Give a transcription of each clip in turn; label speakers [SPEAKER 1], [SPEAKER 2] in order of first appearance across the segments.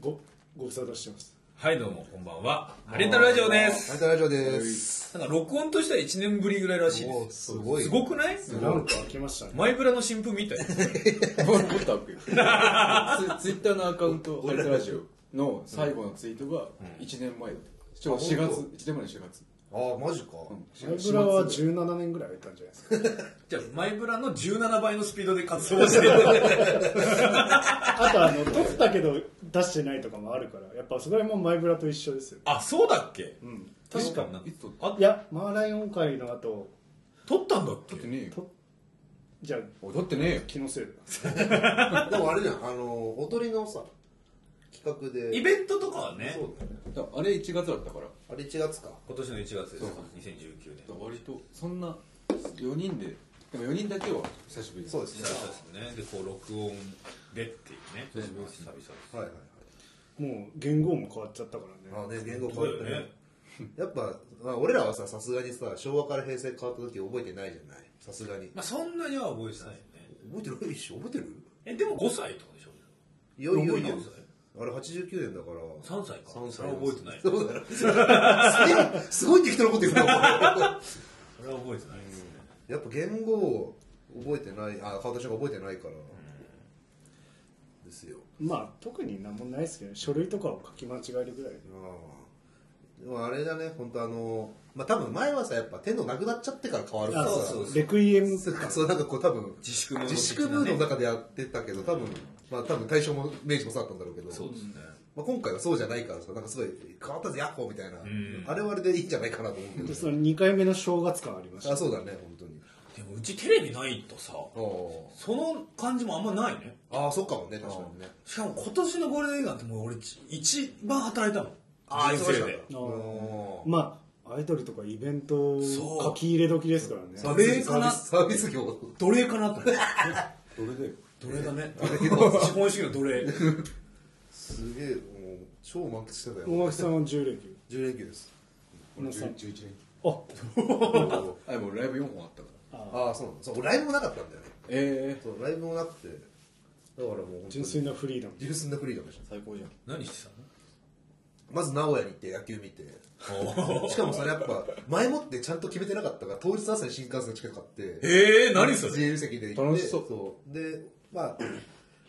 [SPEAKER 1] ごご無沙汰してます
[SPEAKER 2] はいどうもこんばんはハリエンタルラジオで
[SPEAKER 3] ナイ
[SPEAKER 2] す
[SPEAKER 3] トラジオです。
[SPEAKER 2] なんか録音としては1年ぶりぐらいらしい
[SPEAKER 3] お
[SPEAKER 2] で
[SPEAKER 3] ー
[SPEAKER 2] す
[SPEAKER 3] すごい。
[SPEAKER 2] すごくない
[SPEAKER 1] なんか開けましたね
[SPEAKER 2] マイブラの新聞みたい
[SPEAKER 4] もっと開くよツツイッターのアカウントハイツラジオの最後のツイートが1年前だったちょうど4
[SPEAKER 3] あ
[SPEAKER 4] 月
[SPEAKER 3] 本
[SPEAKER 4] 1年前の4月
[SPEAKER 3] ああ、マジか。
[SPEAKER 1] マイブラは17年ぐらい開いたんじゃないですか
[SPEAKER 2] じゃあマイブラの17倍のスピードで活動してる
[SPEAKER 1] あとあの撮ったけど出してないとかもあるからやっぱそれもマイブラと一緒ですよ
[SPEAKER 2] あそうだっけ
[SPEAKER 1] うん
[SPEAKER 2] 確かにない
[SPEAKER 4] つ撮っ
[SPEAKER 2] あ
[SPEAKER 1] いやマーライオン会の後
[SPEAKER 2] 撮ったんだっけ
[SPEAKER 4] 撮ってねえよ
[SPEAKER 1] とじゃあ
[SPEAKER 4] おい撮ってねえよ
[SPEAKER 1] 気のせいだ
[SPEAKER 3] でもあれじゃん、あの、踊りのさ、企画で。
[SPEAKER 2] イベントとかはね
[SPEAKER 3] そうだね。
[SPEAKER 4] だからあれ1月だったから
[SPEAKER 3] あれ1月か。
[SPEAKER 2] 今年の1月ですか2019年
[SPEAKER 4] 割とそんな4人ででも4人だけは久しぶりだ
[SPEAKER 3] そうですね。
[SPEAKER 2] そうですねでこう録音でっていうね
[SPEAKER 4] そう
[SPEAKER 2] 久々
[SPEAKER 4] で
[SPEAKER 2] ですす
[SPEAKER 3] はいはい
[SPEAKER 1] もう言語も変わっちゃったからね
[SPEAKER 3] はい。ああね、言語変
[SPEAKER 2] そう
[SPEAKER 3] わっ
[SPEAKER 2] だ
[SPEAKER 3] た
[SPEAKER 2] よね
[SPEAKER 3] ね。やっぱ、まあ、俺らはさ、さすがにさ、昭和から平成変わった時覚えてないじゃない。さすがに。
[SPEAKER 2] まあそんなには覚えてないよね
[SPEAKER 3] 覚えてないでしょ覚えてる
[SPEAKER 2] えでも5歳とかでしょ
[SPEAKER 3] いやいやいや
[SPEAKER 2] 覚えてない。
[SPEAKER 3] あれ89年だから。
[SPEAKER 2] 3歳か
[SPEAKER 3] 3歳。
[SPEAKER 2] それは覚えてない
[SPEAKER 3] そうだよすげえすごい適当なこと言うな。
[SPEAKER 2] それは覚えてないですね
[SPEAKER 3] やっぱ言語を覚えてないあ顔出しが覚えてないから、ですよ
[SPEAKER 1] まあ特に何もないですけど書類とかを書き間違えるぐらい
[SPEAKER 3] ああでもあれだね本当あのまあ多分前はさやっぱ天皇なくなっちゃってから変わるからさ
[SPEAKER 2] あそうそう
[SPEAKER 1] レクイエム
[SPEAKER 3] そうかそうなんかこう多分
[SPEAKER 2] 自粛ムード的なね
[SPEAKER 3] 自粛ムードの中でやってたけど多分まあ多分大正も明治もそうだったんだろうけど
[SPEAKER 2] そうですね
[SPEAKER 3] まあ、今回はそうじゃないからさなんかすごい変わったぜヤッホーみたいな、
[SPEAKER 2] ん
[SPEAKER 3] あれはあれでいいんじゃないかなと思うけ
[SPEAKER 1] で
[SPEAKER 3] ど
[SPEAKER 1] その2回目の正月感ありました
[SPEAKER 3] あそうだね本当に
[SPEAKER 2] でもうちテレビないとさ
[SPEAKER 3] あ
[SPEAKER 2] その感じもあんまないね
[SPEAKER 3] ああそうかもね確かにね
[SPEAKER 2] しかも今年のゴールデンウィークなんてもう俺一番働いたの人生で
[SPEAKER 3] あー
[SPEAKER 1] まあアイドルとかイベント
[SPEAKER 2] そう
[SPEAKER 1] 書き入れ時ですからね
[SPEAKER 3] サービス
[SPEAKER 2] 奴隷かな
[SPEAKER 3] サービス業
[SPEAKER 2] 奴隷かなと思って
[SPEAKER 4] どれで
[SPEAKER 2] 奴隷だね資本主義の奴 隷
[SPEAKER 3] すげえもう超満喫してた
[SPEAKER 1] 大
[SPEAKER 3] よ
[SPEAKER 1] 垣さんは10連
[SPEAKER 3] 10連休です
[SPEAKER 4] 俺
[SPEAKER 1] さん
[SPEAKER 4] 11年
[SPEAKER 1] あ
[SPEAKER 4] あもうライブ4本あったから
[SPEAKER 3] ああそうなのそうライブもなかったんだよね
[SPEAKER 4] ええ
[SPEAKER 3] そうライブもなくてだからもう本当に
[SPEAKER 1] 純粋なフリーダム
[SPEAKER 3] 純粋なフリーダムでした
[SPEAKER 4] 最高じゃん
[SPEAKER 2] 何して
[SPEAKER 3] まず名古屋に行って野球見て
[SPEAKER 2] たの
[SPEAKER 3] しかもそれやっぱ前もってちゃんと決めてなかったから当日朝に新幹線のチケット買って
[SPEAKER 2] ええ何そ
[SPEAKER 3] 自
[SPEAKER 2] れ
[SPEAKER 3] 由席で行って
[SPEAKER 4] 楽しそう
[SPEAKER 3] うでまあ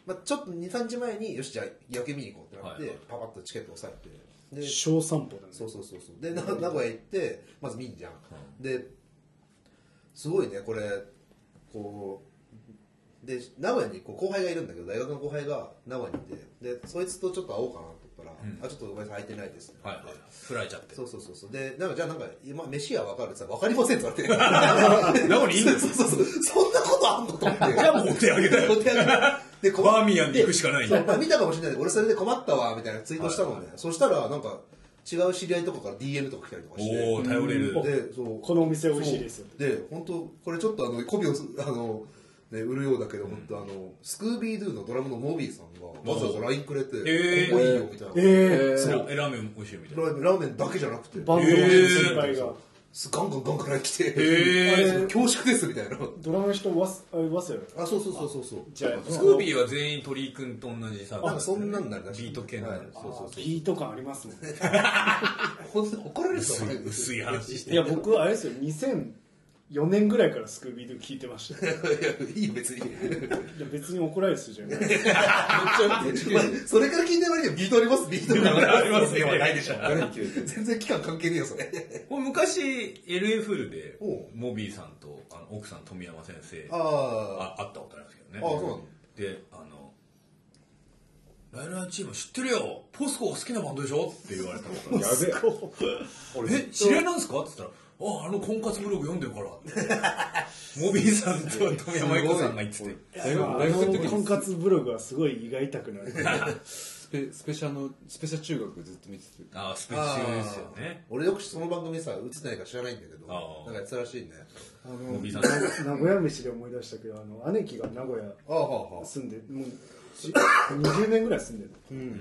[SPEAKER 3] まあちょっと23時前によしじゃあ野球見に行こうってなって、
[SPEAKER 2] はいはい
[SPEAKER 3] パパッとチケット押さえてで
[SPEAKER 1] 小散歩だね
[SPEAKER 3] そうそうそうそうでな名古屋行ってまず見んじゃん、ですごいねこれこうで名古屋にこう後輩がいるんだけど大学の後輩が名古屋にいてでそいつとちょっと会おうかなと思ったら、あちょっとごめんなさい空いてないですね、
[SPEAKER 2] はいはい振られちゃって
[SPEAKER 3] そうそうそうそうでなんかじゃあなんか今飯屋分かるって言ったら分かりませんって 言
[SPEAKER 2] 名
[SPEAKER 3] わ
[SPEAKER 2] 古屋にいいんで
[SPEAKER 3] れて
[SPEAKER 2] す
[SPEAKER 3] そうそうそうそんなことあんのと思って
[SPEAKER 2] じゃあもうお手上げだよ
[SPEAKER 3] お手上げでこ
[SPEAKER 2] バーミヤンに行くしかない
[SPEAKER 3] そうまあ見たかもしれないけど俺それで困ったわみたいなツイートしたもんね、そしたらなんか違う知り合いとかから DM とか来たりとかして
[SPEAKER 2] おお頼れる
[SPEAKER 3] でそう
[SPEAKER 1] このお店美味しいですよ
[SPEAKER 3] そうで本当これちょっとあの媚びをす あの、ね、売るようだけど、本当あのスクービードゥのドラムのモビーさんがわざわざ LINE くれて「
[SPEAKER 2] へー
[SPEAKER 3] もういいよ」みたいな、
[SPEAKER 1] ええ
[SPEAKER 2] えララーメン美味しいみたいな
[SPEAKER 3] ラーメンラーメンだけじゃなくて
[SPEAKER 1] バンドの先輩が
[SPEAKER 3] すガンガンガンガン来て、
[SPEAKER 2] へー
[SPEAKER 3] あれ恐縮ですみたいな
[SPEAKER 1] ドラムの人わすあわすよ
[SPEAKER 3] あそうそうそうそうそう
[SPEAKER 1] じゃあ
[SPEAKER 2] スクービーは全員鳥居君と同じさ
[SPEAKER 3] なんかそんなんなるらしい
[SPEAKER 2] ビート系の
[SPEAKER 3] はいそうそうそう
[SPEAKER 1] ビート感ありますね
[SPEAKER 3] 本当に怒られる
[SPEAKER 2] 薄
[SPEAKER 3] か
[SPEAKER 2] い薄い話して
[SPEAKER 1] いや僕はあれですよ2004年ぐらいからスクービードゥ聞いてましたい
[SPEAKER 3] いやいいよ別に
[SPEAKER 1] や別に怒られる人じゃない
[SPEAKER 3] お前それから聞いてる割にはビートありますビートが
[SPEAKER 2] ありますね
[SPEAKER 3] で はないでしょ
[SPEAKER 4] 誰に切れて
[SPEAKER 3] 全然期間関係ねえよそれ
[SPEAKER 2] これ昔 LA フルで
[SPEAKER 3] おう
[SPEAKER 2] モビーさんとあの奥さん富山先生あ
[SPEAKER 3] あ
[SPEAKER 2] 会ったことありますけどね
[SPEAKER 3] あそうなの
[SPEAKER 2] であの「ライライチーム知ってるよポスコ好きなバンドでしょ?」って言われたこと ある
[SPEAKER 4] やべえ
[SPEAKER 2] 「え知り合いなんですか?」って言ったら「ああの婚活ブログ読んでるから」 モビーさんと富山由子さんが言ってて
[SPEAKER 4] 大
[SPEAKER 1] あ
[SPEAKER 4] 学大学の時
[SPEAKER 1] の婚
[SPEAKER 4] に
[SPEAKER 1] 活ブログはすごい胃が痛くなる
[SPEAKER 4] スペスペシャのスペシャ中学ずっと見てて
[SPEAKER 2] ああスペシ
[SPEAKER 3] あ
[SPEAKER 2] ャル
[SPEAKER 3] ー
[SPEAKER 2] ですよね
[SPEAKER 3] 俺よくその番組さ映ってないから知らないんだけど
[SPEAKER 2] あー
[SPEAKER 3] なんかやってたらしいね
[SPEAKER 1] あの
[SPEAKER 2] モビーさん
[SPEAKER 1] 名古屋飯で思い出したけどあの姉貴が名古屋
[SPEAKER 3] ああはあはあ
[SPEAKER 1] 住んでもうじ20年ぐらい住んでる、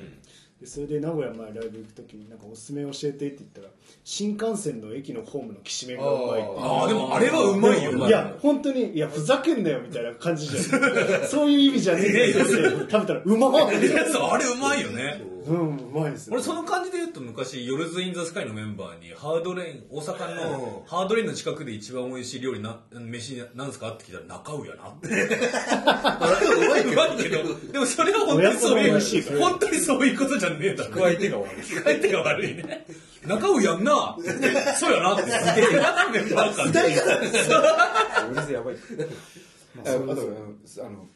[SPEAKER 1] でそれで名古屋前ライブ行く時になんかおすすめ教えてって言ったら新幹線の駅のホームのきしめんがうまいって
[SPEAKER 2] ああ、でもあれはうまいよ。
[SPEAKER 1] いや、本当に、いや、ふざけんなよ、みたいな感じじゃん。そういう意味じゃねえよ、食べたら、うまっ
[SPEAKER 2] いやそうあれうまいよね。
[SPEAKER 1] うん、うまいですよ
[SPEAKER 2] 俺。その感じで言うと昔、ヨルズ・イン・ザ・スカイのメンバーに、ハードレイン、大阪のハードレインの近くで一番美味しい料理な、飯なんすかって聞いたら、中尾やな って。
[SPEAKER 3] うまいう
[SPEAKER 2] まいけど、でもそれは本当にそう いう、本当にそういうことじゃねえだろ。
[SPEAKER 4] 加え手が悪い
[SPEAKER 2] 聞かれてが悪いね。中尾やんなそうやなって。なんか
[SPEAKER 4] お店やばいっすああとあのあの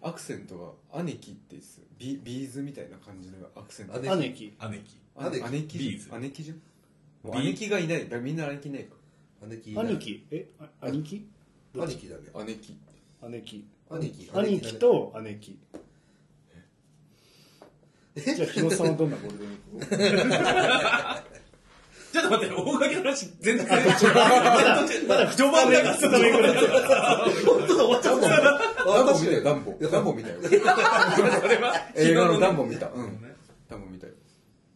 [SPEAKER 4] アクセントが姉貴って言ってたよビビーズみたいな感じのアクセント
[SPEAKER 3] 姉
[SPEAKER 1] 姉貴。
[SPEAKER 2] 姉貴。
[SPEAKER 3] あ姉貴
[SPEAKER 4] 姉貴
[SPEAKER 2] ビーズ
[SPEAKER 4] 姉貴じゃんも
[SPEAKER 2] ビ
[SPEAKER 4] う
[SPEAKER 2] ー
[SPEAKER 4] 姉貴がいないだからみんな姉貴いないか
[SPEAKER 3] 兄貴
[SPEAKER 1] 兄貴えあ兄貴
[SPEAKER 3] 兄貴だね
[SPEAKER 4] 姉貴
[SPEAKER 1] 姉貴。
[SPEAKER 3] 兄貴
[SPEAKER 1] 兄貴と姉貴。じゃあ、日野さんはどんなゴールデンウィーク
[SPEAKER 2] ちょっと待って、大垣の話全 然。
[SPEAKER 1] まだ
[SPEAKER 2] 序盤だから、その
[SPEAKER 3] 本当だ 終わっちゃった
[SPEAKER 4] ダンボ見たよダンボダンボ見 たよ映画のダンボ見たうんダンボ見たよ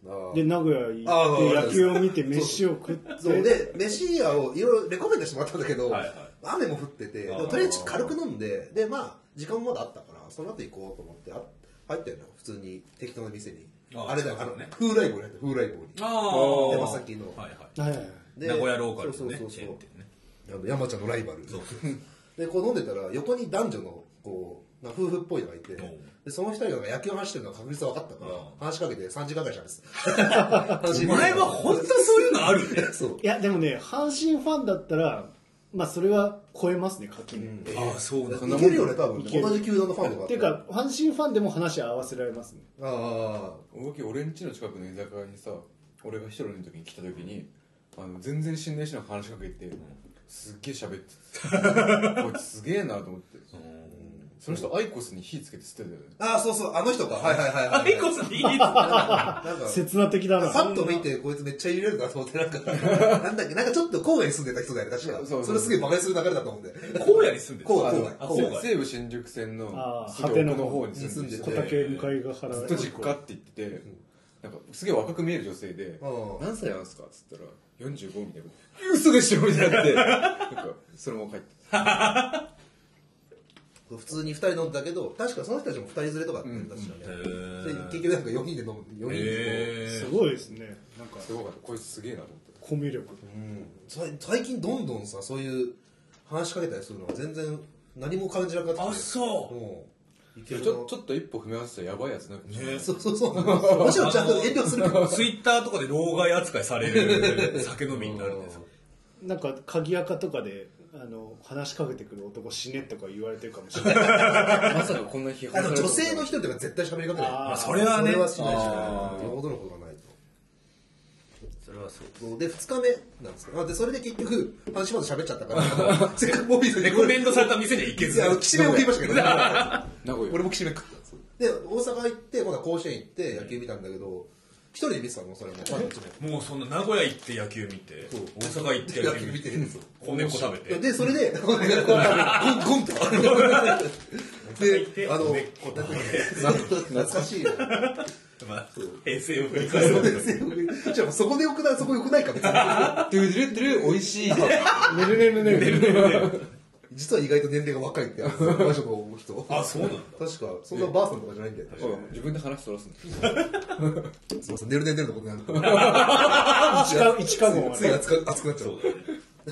[SPEAKER 3] あ
[SPEAKER 1] で、
[SPEAKER 3] ー
[SPEAKER 1] 名古屋
[SPEAKER 3] あ
[SPEAKER 1] 行って、
[SPEAKER 3] あ
[SPEAKER 1] 野球を見て、飯を食っ
[SPEAKER 3] そ
[SPEAKER 1] て、
[SPEAKER 3] うで飯屋をいろいろレコメントしてもらったんだけど、
[SPEAKER 2] はいはい
[SPEAKER 3] 雨も降っててでもとりあえず軽く飲んででまあ時間もまだあったからその後行こうと思ってあ入ったよな普通に適当な店に
[SPEAKER 2] あ
[SPEAKER 3] あれだよあ
[SPEAKER 2] 近く
[SPEAKER 3] の
[SPEAKER 2] のね
[SPEAKER 3] 風来坊に入った風来坊に
[SPEAKER 2] ああ。
[SPEAKER 3] 山崎の
[SPEAKER 2] はいはい。
[SPEAKER 1] はいはい。
[SPEAKER 3] で
[SPEAKER 2] 名古屋ローカルのね、
[SPEAKER 3] そうそ
[SPEAKER 2] チ
[SPEAKER 3] う
[SPEAKER 2] ェー
[SPEAKER 3] そ
[SPEAKER 2] ン
[SPEAKER 3] う
[SPEAKER 2] 店ね。
[SPEAKER 3] そうあの山ちゃんのライバル
[SPEAKER 2] そうそう。
[SPEAKER 3] でこう飲んでたら横に男女のこうなんか夫婦っぽいのがいてでその二人が野球の話してるのが確率は分かったから
[SPEAKER 2] うん
[SPEAKER 3] 話しかけて3時間ぐらいしたんです
[SPEAKER 2] お前は本当そういうのあるね。
[SPEAKER 3] そう
[SPEAKER 1] いや、でもね、阪神ファンだったら、まあ、それは超えますね、垣根。
[SPEAKER 2] ああ、そうだ。
[SPEAKER 3] いけるよね多分
[SPEAKER 1] いけ
[SPEAKER 3] ね
[SPEAKER 1] る
[SPEAKER 3] 同じ球団のファンとか
[SPEAKER 1] っていうか、阪神ファンでも話合わせられますね。
[SPEAKER 3] あ
[SPEAKER 4] 大き俺ん家の近くの居酒屋にさ俺が一人の時に来た時にあの全然信頼しなく話しかけて、すっげえ喋って たこいつすげえなと思ってその人アイコスに火つけて捨てたよね
[SPEAKER 3] あああそうそうあの人かはいはいはいはい
[SPEAKER 2] あいこさんいいですね。
[SPEAKER 3] なんか
[SPEAKER 1] 刹那的だな。
[SPEAKER 3] パッと見てこいつめっちゃ揺れるなと思ってなんかなんだっけなんかちょっと郊外に住んでた人だよね確
[SPEAKER 4] そ
[SPEAKER 3] か
[SPEAKER 4] うそうそう
[SPEAKER 3] それすげえ馬鹿にする流れだと思うんで
[SPEAKER 2] 荒野に住んでる。
[SPEAKER 3] 荒
[SPEAKER 4] あ
[SPEAKER 3] 野
[SPEAKER 4] の
[SPEAKER 3] 郊外
[SPEAKER 2] 郊外
[SPEAKER 4] 西武新宿線の
[SPEAKER 1] あー
[SPEAKER 4] すぐ奥の方に
[SPEAKER 3] 果ての
[SPEAKER 4] 住んで
[SPEAKER 3] 住
[SPEAKER 4] て
[SPEAKER 1] 小
[SPEAKER 3] んで
[SPEAKER 1] 竹向かいが原
[SPEAKER 4] ずっと実家って言ってて、なんかすげえ若く見える女性で
[SPEAKER 3] うん
[SPEAKER 4] 「何歳なんですか?」っつったら「45」みたいな「嘘でしょ」みたいになってなんかそのまま帰って
[SPEAKER 3] 普通に2人飲んだけど確かその人たちも2人連れとかだったよね確かねで結局なんか4人で飲む4人でこ
[SPEAKER 2] へ
[SPEAKER 1] す
[SPEAKER 2] え。
[SPEAKER 1] ごいですね。なんか
[SPEAKER 4] た、すごかったこいつすげえなと思って
[SPEAKER 1] コミュ力。
[SPEAKER 3] ううんさ最近どんどんさそういう話しかけたりするのは全然何も感じなかった
[SPEAKER 2] あ、そう。
[SPEAKER 3] うんいけるな
[SPEAKER 4] ちょちょっと一歩踏み合わせたらやばいやつなんかもしれない
[SPEAKER 2] ね
[SPEAKER 3] そうそうそうもちろんちゃんと遠慮するけど
[SPEAKER 2] ツイッターとかで老害扱いされる酒飲みになるんですよ。
[SPEAKER 1] なんか、鍵垢とかで、あの、話しかけてくる男死ねとか言われてるかもしれない。
[SPEAKER 4] まさかこんな批
[SPEAKER 3] あ
[SPEAKER 4] 判さ
[SPEAKER 3] の
[SPEAKER 4] れる
[SPEAKER 3] 女性の人とか絶対喋りかけな
[SPEAKER 1] あ
[SPEAKER 3] い
[SPEAKER 1] ー
[SPEAKER 2] まあそれはね
[SPEAKER 3] それはしないし
[SPEAKER 4] あー
[SPEAKER 3] よほどのことがないと
[SPEAKER 2] それはそう。
[SPEAKER 3] そうで2日目なんですけどあでそれで結局話まで喋っちゃったからせっかくモビーズ
[SPEAKER 2] レコメンドされた店には行けず
[SPEAKER 3] あ。のきしめんを食いましたけどね
[SPEAKER 4] 名古屋
[SPEAKER 3] 俺もきしめん食ったんですよで大阪行って今度は甲子園行って野球見たんだけど一人で見てたのそれも
[SPEAKER 2] もうそんな名古屋行って野球見て、
[SPEAKER 3] そう
[SPEAKER 2] 大阪行って
[SPEAKER 3] 野
[SPEAKER 2] 野球
[SPEAKER 3] 球見
[SPEAKER 2] 見て、
[SPEAKER 3] てるんですよ
[SPEAKER 2] 子猫食べて。
[SPEAKER 3] でそれでゴンゴンとであの懐かしいよ
[SPEAKER 2] まあ、平成を振り返る。
[SPEAKER 3] じゃあそこでよくないそこよくないか別に
[SPEAKER 4] ドゥルドゥル美味しい
[SPEAKER 1] ねるねるねるね
[SPEAKER 3] 実は意外と年齢が若いってやつ場所の人
[SPEAKER 2] あ、そうなんだ。
[SPEAKER 3] 確かそんなばあさんとかじゃないんだよ確か
[SPEAKER 4] 自分で話 そらすんだ
[SPEAKER 3] すいません寝る寝るのことになる
[SPEAKER 1] 一か一かご
[SPEAKER 3] つい熱く熱くなっちゃう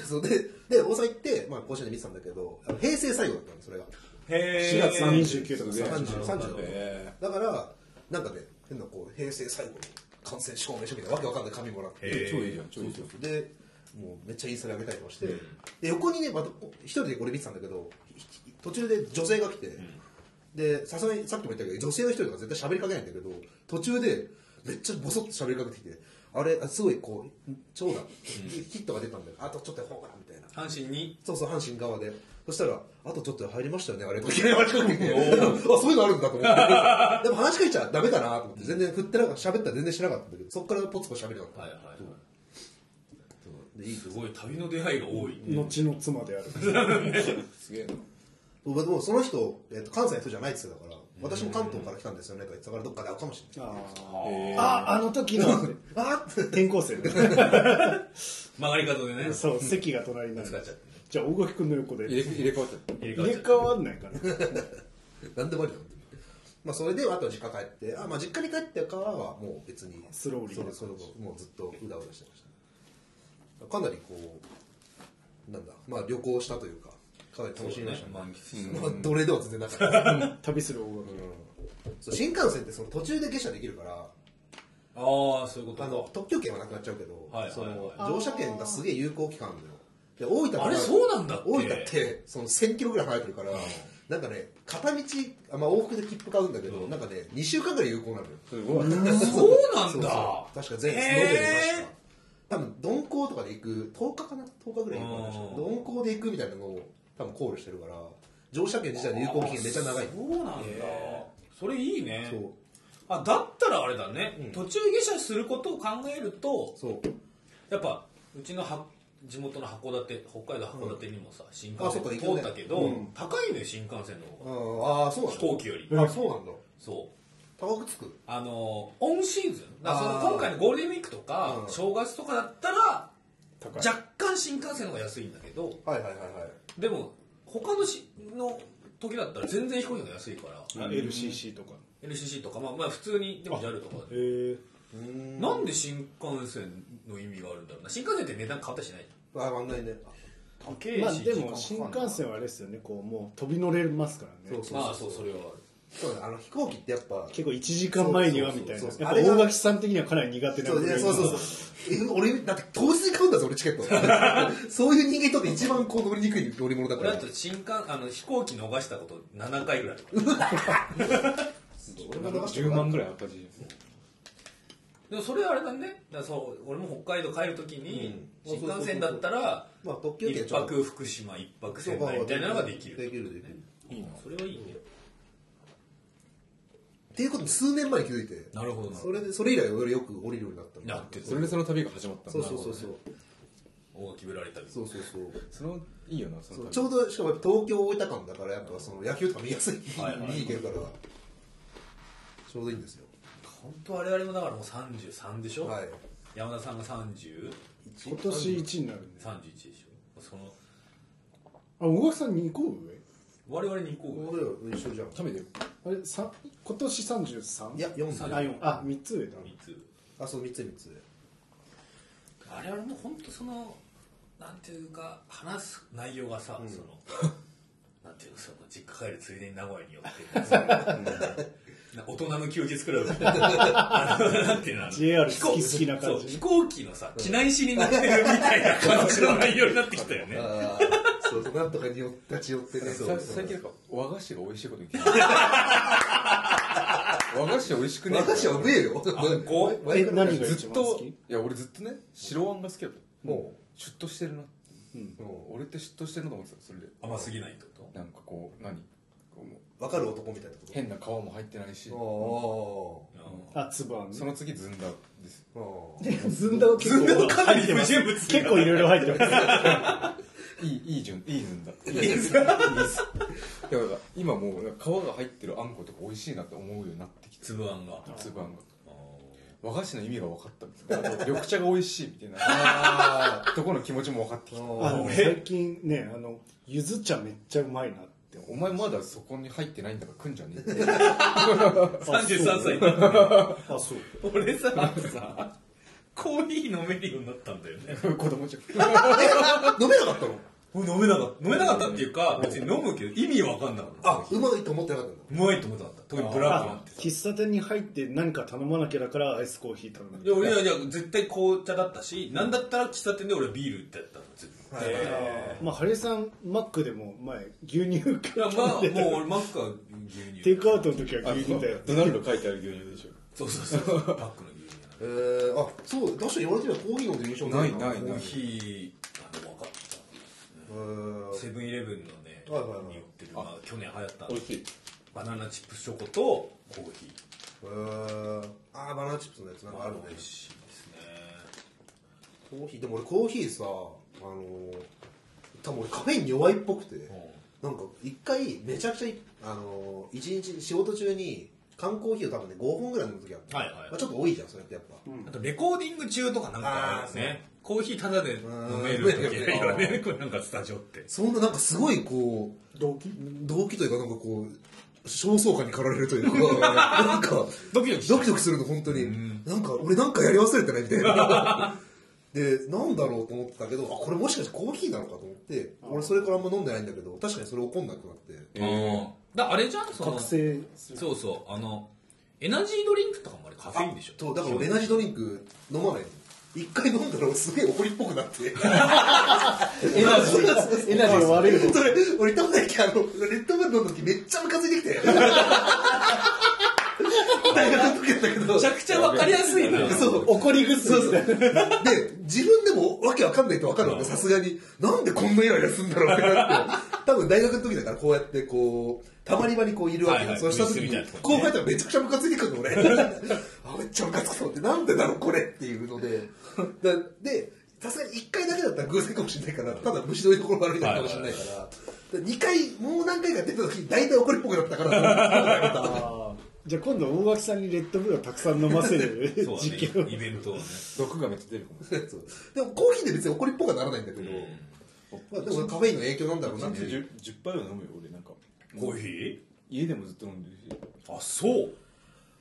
[SPEAKER 3] そうでで大阪行って、まあ、甲子園で見てたんだけどあの平成最後だったのそれが
[SPEAKER 2] へ
[SPEAKER 1] 4
[SPEAKER 2] え。
[SPEAKER 1] 月29とか
[SPEAKER 4] すげえ
[SPEAKER 1] 30
[SPEAKER 3] 30 30だからなんかね変なこう平成最後の感染証明書みたいなわけわかんない紙もらって
[SPEAKER 4] 超いいじゃん超いいじゃん
[SPEAKER 3] でもうめっちゃインスタで上げたりもして、で横にねまたお一人で俺見てたんだけどひひ途中で女性が来て、でさすがにさっきも言ったけど女性の人とか絶対喋りかけないんだけど途中でめっちゃボソッと喋りかけてきてあれあすごいこう長打、ヒットが出たんだよあとちょっとホームランみたいな
[SPEAKER 2] 阪神に
[SPEAKER 3] そうそう阪神側でそしたらあとちょっと入りましたよねあれとかいきなり話しかけて あそういうのあるんだと思ってでも話しかけちゃダメだなと思って全然振ってなかった喋ったら全然しなかったんだけどそっからポツポツ喋るようになった、
[SPEAKER 2] はいはいはい
[SPEAKER 3] でいい
[SPEAKER 2] すごい旅の出会いが多い、
[SPEAKER 1] 後の妻である。
[SPEAKER 4] すげえな
[SPEAKER 3] 僕はでもその人、えっと関西の人じゃないっつってたから、私も関東から来たんですよねとか言ってたからどっかで会うかもしれない
[SPEAKER 1] あ
[SPEAKER 4] へ
[SPEAKER 1] ー
[SPEAKER 4] ー
[SPEAKER 1] ああの時の
[SPEAKER 3] あーって
[SPEAKER 1] 転校生で
[SPEAKER 2] 曲がり方でね。
[SPEAKER 1] そう席が隣になる
[SPEAKER 2] 使っちゃって
[SPEAKER 1] じゃあ大垣君の横で
[SPEAKER 4] 入れ
[SPEAKER 1] 入
[SPEAKER 4] 入れ替わっちゃった
[SPEAKER 2] 入れ替わっ
[SPEAKER 1] れ
[SPEAKER 2] ちゃって
[SPEAKER 1] 替わんないから
[SPEAKER 3] なんでもありだなまあそれであとは実家帰ってあまあ実家に帰ってからはもう別に
[SPEAKER 1] スローリー
[SPEAKER 3] それそれももうずっとうだうだしてましたかなりこうなんだまあ旅行したというかかなり楽しみましたね
[SPEAKER 2] 満喫して
[SPEAKER 3] まあ奴隷では全然なかった、
[SPEAKER 1] 旅する大垣
[SPEAKER 3] そう新幹線ってその途中で下車できるから
[SPEAKER 2] ああ、そういうこと
[SPEAKER 3] あの特急券はなくなっちゃうけど、
[SPEAKER 2] はいはいはい
[SPEAKER 3] その乗車券がすげえ有効期間あるのよで大分から
[SPEAKER 2] あれそうなんだっけ
[SPEAKER 3] 大分ってその1000キロぐらい離れてるから、なんかね片道あ、まあ、往復で切符買うんだけど、
[SPEAKER 2] うん
[SPEAKER 3] なんかね2週間ぐらい有効なのよ
[SPEAKER 4] すご い
[SPEAKER 2] そうなん
[SPEAKER 3] そう
[SPEAKER 2] だ
[SPEAKER 3] そう確か全部延べで確か多分鈍行とかで行く10日かな10日ぐらい有効なんでしょ
[SPEAKER 2] うん
[SPEAKER 3] 鈍行で行くみたいなのを多分考慮してるから乗車券自体の有効期限めっちゃ長い
[SPEAKER 2] そうなんだそれいいね
[SPEAKER 3] そう
[SPEAKER 2] あだったらあれだね、
[SPEAKER 3] ん
[SPEAKER 2] 途中下車することを考えると
[SPEAKER 3] そう
[SPEAKER 2] やっぱうちのは地元の函館北海道函館にもさ、新幹
[SPEAKER 3] あそっか
[SPEAKER 2] 線
[SPEAKER 3] 行ける
[SPEAKER 2] 通
[SPEAKER 3] ね
[SPEAKER 2] ったけど、高いのよ新幹線の方が
[SPEAKER 3] ああそうなん
[SPEAKER 2] 飛
[SPEAKER 3] だ
[SPEAKER 2] 行機より、
[SPEAKER 3] あそうなんだ
[SPEAKER 2] そう
[SPEAKER 3] 高くつく
[SPEAKER 2] あのオンシーズンだからそ
[SPEAKER 3] あー
[SPEAKER 2] の今回のゴールデンウィークとか、
[SPEAKER 3] うん
[SPEAKER 2] 正月とかだったら
[SPEAKER 1] 高い
[SPEAKER 2] 若干新幹線の方が安いんだけど
[SPEAKER 3] はいはいはいはい
[SPEAKER 2] でも他のしの時だったら全然飛行機の方が安いから、
[SPEAKER 1] あ LCC とか
[SPEAKER 2] LCC とか、まあ、まあ普通にでも JAL とか
[SPEAKER 1] へ
[SPEAKER 2] で
[SPEAKER 1] え
[SPEAKER 3] うん
[SPEAKER 2] なんで新幹線の意味があるんだろうな新幹線って値段変わったりしない
[SPEAKER 3] ああんないね
[SPEAKER 2] 高えし
[SPEAKER 1] まあでも
[SPEAKER 2] 時
[SPEAKER 1] 新
[SPEAKER 2] 間かかん
[SPEAKER 1] 幹
[SPEAKER 2] な
[SPEAKER 1] 線はあれですよねこうもう飛び乗れますからね
[SPEAKER 3] そう
[SPEAKER 2] まあそうそれはある
[SPEAKER 3] そうだねあの飛行機ってやっぱ
[SPEAKER 1] 結構1時間前にはみたいな
[SPEAKER 3] そう
[SPEAKER 1] や
[SPEAKER 3] そ
[SPEAKER 1] っ
[SPEAKER 3] うそう
[SPEAKER 1] ぱ
[SPEAKER 3] あれが
[SPEAKER 1] 大垣さん的にはかなり苦手な
[SPEAKER 3] そういやそうそう
[SPEAKER 1] う
[SPEAKER 3] そうえ俺だって当日に買うんだぞ俺チケット そういう人間にとって一番こう乗りにくい乗り物だか
[SPEAKER 2] 俺
[SPEAKER 3] ら
[SPEAKER 2] だと新幹あの飛行機逃したこと7回ぐらいとか
[SPEAKER 3] 俺が
[SPEAKER 4] 10万ぐらい赤字です
[SPEAKER 2] でもそれはあれだねだからそう俺も北海道帰るときに
[SPEAKER 3] うん
[SPEAKER 2] 新幹線だったら
[SPEAKER 3] まあ特急券
[SPEAKER 2] 一
[SPEAKER 3] ちょっと
[SPEAKER 2] 泊福島一泊仙台みたいなのができる
[SPEAKER 3] できるできる
[SPEAKER 2] それはいいね
[SPEAKER 3] っていうことに数年前に気づいて
[SPEAKER 2] なるほどな
[SPEAKER 3] それでそれ以来俺よく降りるようになったの
[SPEAKER 2] なって
[SPEAKER 4] それでその旅が始まったん
[SPEAKER 3] そ
[SPEAKER 4] だ
[SPEAKER 3] うそうそうそう
[SPEAKER 2] 大垣ぶられたり
[SPEAKER 3] そうそうそう
[SPEAKER 4] そのいいよなそ
[SPEAKER 3] そう
[SPEAKER 4] の
[SPEAKER 3] ちょ
[SPEAKER 4] 旅
[SPEAKER 3] うどしかも東京大分間だからやっぱその野球とか見やすい日
[SPEAKER 2] はいはい
[SPEAKER 3] に行けるからちょうどいいんですよ
[SPEAKER 2] 本当我々もだからもう33でしょ、
[SPEAKER 3] はい
[SPEAKER 2] 山田さんが3031
[SPEAKER 1] 今年1になるんで
[SPEAKER 2] でし
[SPEAKER 1] すあ
[SPEAKER 2] ょその
[SPEAKER 1] 大垣さん2個上
[SPEAKER 2] 我々に行こう
[SPEAKER 3] 俺ら一緒じゃん
[SPEAKER 4] 食べてよ
[SPEAKER 1] あれさ今年 33?
[SPEAKER 3] いや4
[SPEAKER 1] あ
[SPEAKER 3] 歳
[SPEAKER 1] 4あ三3つ上だ
[SPEAKER 2] 三つ
[SPEAKER 3] あそう3つ3つ
[SPEAKER 2] 我々も本当そのなんていうか話す内容がさ、そ のなんていうのその実家帰るついでに名古屋に寄ってその な大人の休日クラブ みたいなあのなんていうのあの
[SPEAKER 1] JR
[SPEAKER 2] 飛行
[SPEAKER 1] 好き好きな感じ
[SPEAKER 2] そう飛行機のさ機内誌に乗ってるみたいな感じの内容になってきたよね
[SPEAKER 3] ああそうそうなんとかによ立ち寄ってね
[SPEAKER 4] さ最 近なんか和菓子が美味しいことに気づいた和菓子美味しくね
[SPEAKER 3] 和菓子はうめえよ
[SPEAKER 2] あんこ
[SPEAKER 1] え何が
[SPEAKER 4] ず
[SPEAKER 1] 一
[SPEAKER 4] っ
[SPEAKER 1] 番好
[SPEAKER 4] と
[SPEAKER 1] き
[SPEAKER 4] いや俺ずっとね白あんが好きだった
[SPEAKER 3] も
[SPEAKER 4] シュッとしてるな
[SPEAKER 1] うん
[SPEAKER 4] もう俺ってシュッとしてるのと思ってたそれで
[SPEAKER 2] 甘すぎないってこと
[SPEAKER 4] なんかこう何こうもう
[SPEAKER 3] う分かる男みたいなこと
[SPEAKER 4] 変な皮も入ってないし
[SPEAKER 3] あ
[SPEAKER 1] あつぶあんね
[SPEAKER 4] その次ずんだです
[SPEAKER 3] あ
[SPEAKER 1] ずんだを結構
[SPEAKER 2] かなり不純物
[SPEAKER 1] 結構いろいろ入ってます
[SPEAKER 4] いいいい順いいず んだいいずんだいいずんだいやだから今もうなんか皮が入ってるあんことか美味しいなって思うようになってきて
[SPEAKER 2] 粒あんが
[SPEAKER 4] つぶあんが
[SPEAKER 2] あー
[SPEAKER 4] 和菓子の意味が分かったみたいなあと緑茶が美味しいみたいな
[SPEAKER 3] あ
[SPEAKER 4] とこの気持ちも分かってきた
[SPEAKER 1] あ
[SPEAKER 3] あ
[SPEAKER 1] の最近ねあのゆず茶めっちゃうまいなって
[SPEAKER 4] お前まだそこに入ってないんだから来んじゃねえって
[SPEAKER 2] 33歳
[SPEAKER 1] あそう
[SPEAKER 2] 俺ささコーヒー飲めるようになったんだよね
[SPEAKER 4] 子供じゃん
[SPEAKER 3] 飲めなかったの
[SPEAKER 2] 飲めなかった飲めなかったっていうか別に飲むけど意味わかんなかった
[SPEAKER 3] あうまいと思ってなかったんだ
[SPEAKER 2] うまいと思ってなかった特にブラックなん
[SPEAKER 1] あ
[SPEAKER 2] てさ
[SPEAKER 1] 喫茶店に入って何か頼まなきゃだからアイスコーヒー頼む
[SPEAKER 2] いや俺はいや絶対紅茶だったしなんだったら喫茶店で俺はビールってやったの絶対
[SPEAKER 3] はいはい
[SPEAKER 1] まあハリーさんマックでも前牛乳
[SPEAKER 2] いや
[SPEAKER 1] 買っ
[SPEAKER 2] まあもう俺マックは牛乳
[SPEAKER 1] テイクアウトの時は牛乳だよ
[SPEAKER 4] ドナルド書いてある牛乳でしょ
[SPEAKER 2] そうそう そうパックの牛乳
[SPEAKER 3] えー、あそう確かに言われてみればコーヒー飲んでる印象
[SPEAKER 4] ないない
[SPEAKER 2] コ
[SPEAKER 4] ない
[SPEAKER 2] ーヒーあの分かっ
[SPEAKER 3] えー
[SPEAKER 2] たセブンイレブンのね
[SPEAKER 3] はいはいはい
[SPEAKER 2] に売ってるまあ去年流行った
[SPEAKER 4] 美味しい
[SPEAKER 2] バナナチップスチョコとコーヒー
[SPEAKER 3] えー、あーバナナチップスのやつなんかあるね
[SPEAKER 2] 美味しいですね
[SPEAKER 3] コーヒーでも俺コーヒーさあのー多分俺カフェイン弱いっぽくてなんか一回めちゃくちゃいあのー一日仕事中に缶コーヒーを多分ね5本ぐらい飲む時あって、
[SPEAKER 2] はいはい
[SPEAKER 3] まあ、ちょっと多いじゃんそれってやっぱ、
[SPEAKER 2] あとレコーディング中とかなんかあれですねコーヒータダで飲める
[SPEAKER 3] う ん
[SPEAKER 2] 時あるよねこれなんかスタジオって
[SPEAKER 3] そんななんかすごいこう
[SPEAKER 1] 動機
[SPEAKER 3] 動機というかなんかこう焦燥感に駆られるとい うかなんか
[SPEAKER 2] ドキドキしちゃ
[SPEAKER 3] ド
[SPEAKER 2] う
[SPEAKER 3] キドキするの本当に、
[SPEAKER 2] うん
[SPEAKER 3] なんか俺なんかやり忘れてないみたい なでなんだろうと思ってたけどあこれもしかしてコーヒーなのかと思って俺それからあんま飲んでないんだけど確かにそれ怒んなくなって
[SPEAKER 4] え
[SPEAKER 2] うんだあれじゃんその
[SPEAKER 1] 覚醒する
[SPEAKER 2] そうそうあのエナジードリンクとかもあれカフェインでしょ
[SPEAKER 3] そうだから俺エナジードリンク飲まないの一回飲んだら俺すげえ怒りっぽくなって
[SPEAKER 1] エナジーエナジーが悪いの
[SPEAKER 3] それ俺多分だっけあのレッドブル飲んだ時めっちゃムカついてきて大学の時だったけど
[SPEAKER 2] めちゃくちゃわかりやすいな
[SPEAKER 3] そう
[SPEAKER 1] 怒りぐっす
[SPEAKER 3] そうそう。で、自分でもわけわかんないとわかるわけ、さすがに。なんでこんなイライラするんだろうってなって。多分大学の時だからこうやってこう、たまり場にこういるわけ
[SPEAKER 2] はいは
[SPEAKER 3] よ。
[SPEAKER 2] い
[SPEAKER 3] そうした時
[SPEAKER 2] ブースみた
[SPEAKER 3] に
[SPEAKER 2] いなとこ、
[SPEAKER 3] こ
[SPEAKER 2] ね
[SPEAKER 3] う書いたらめちゃくちゃムカついてくるの、俺。あ、めっちゃムカつくと思って、なんでだろう、これっていうので。だで、さすがに1回だけだったら偶然かもしれないから、ただ虫の居所悪いだけかもしれないから。2回、もう何回か出た時に大体怒りっぽくなったから、
[SPEAKER 1] あ ーじゃあ今度大垣さんにレッドブルをたくさん飲ませる
[SPEAKER 2] そうだね
[SPEAKER 1] 実験を
[SPEAKER 2] イベントをね
[SPEAKER 4] 毒がめっちゃ出るかも
[SPEAKER 3] そうでもコーヒーで別に怒りっぽくはならないんだけど、まあ、でもカフェインの影響なんだろうなっていう
[SPEAKER 4] 10, 10杯は飲むよ俺なんか
[SPEAKER 2] コーヒー
[SPEAKER 4] 家でもずっと飲んでるし
[SPEAKER 2] あそう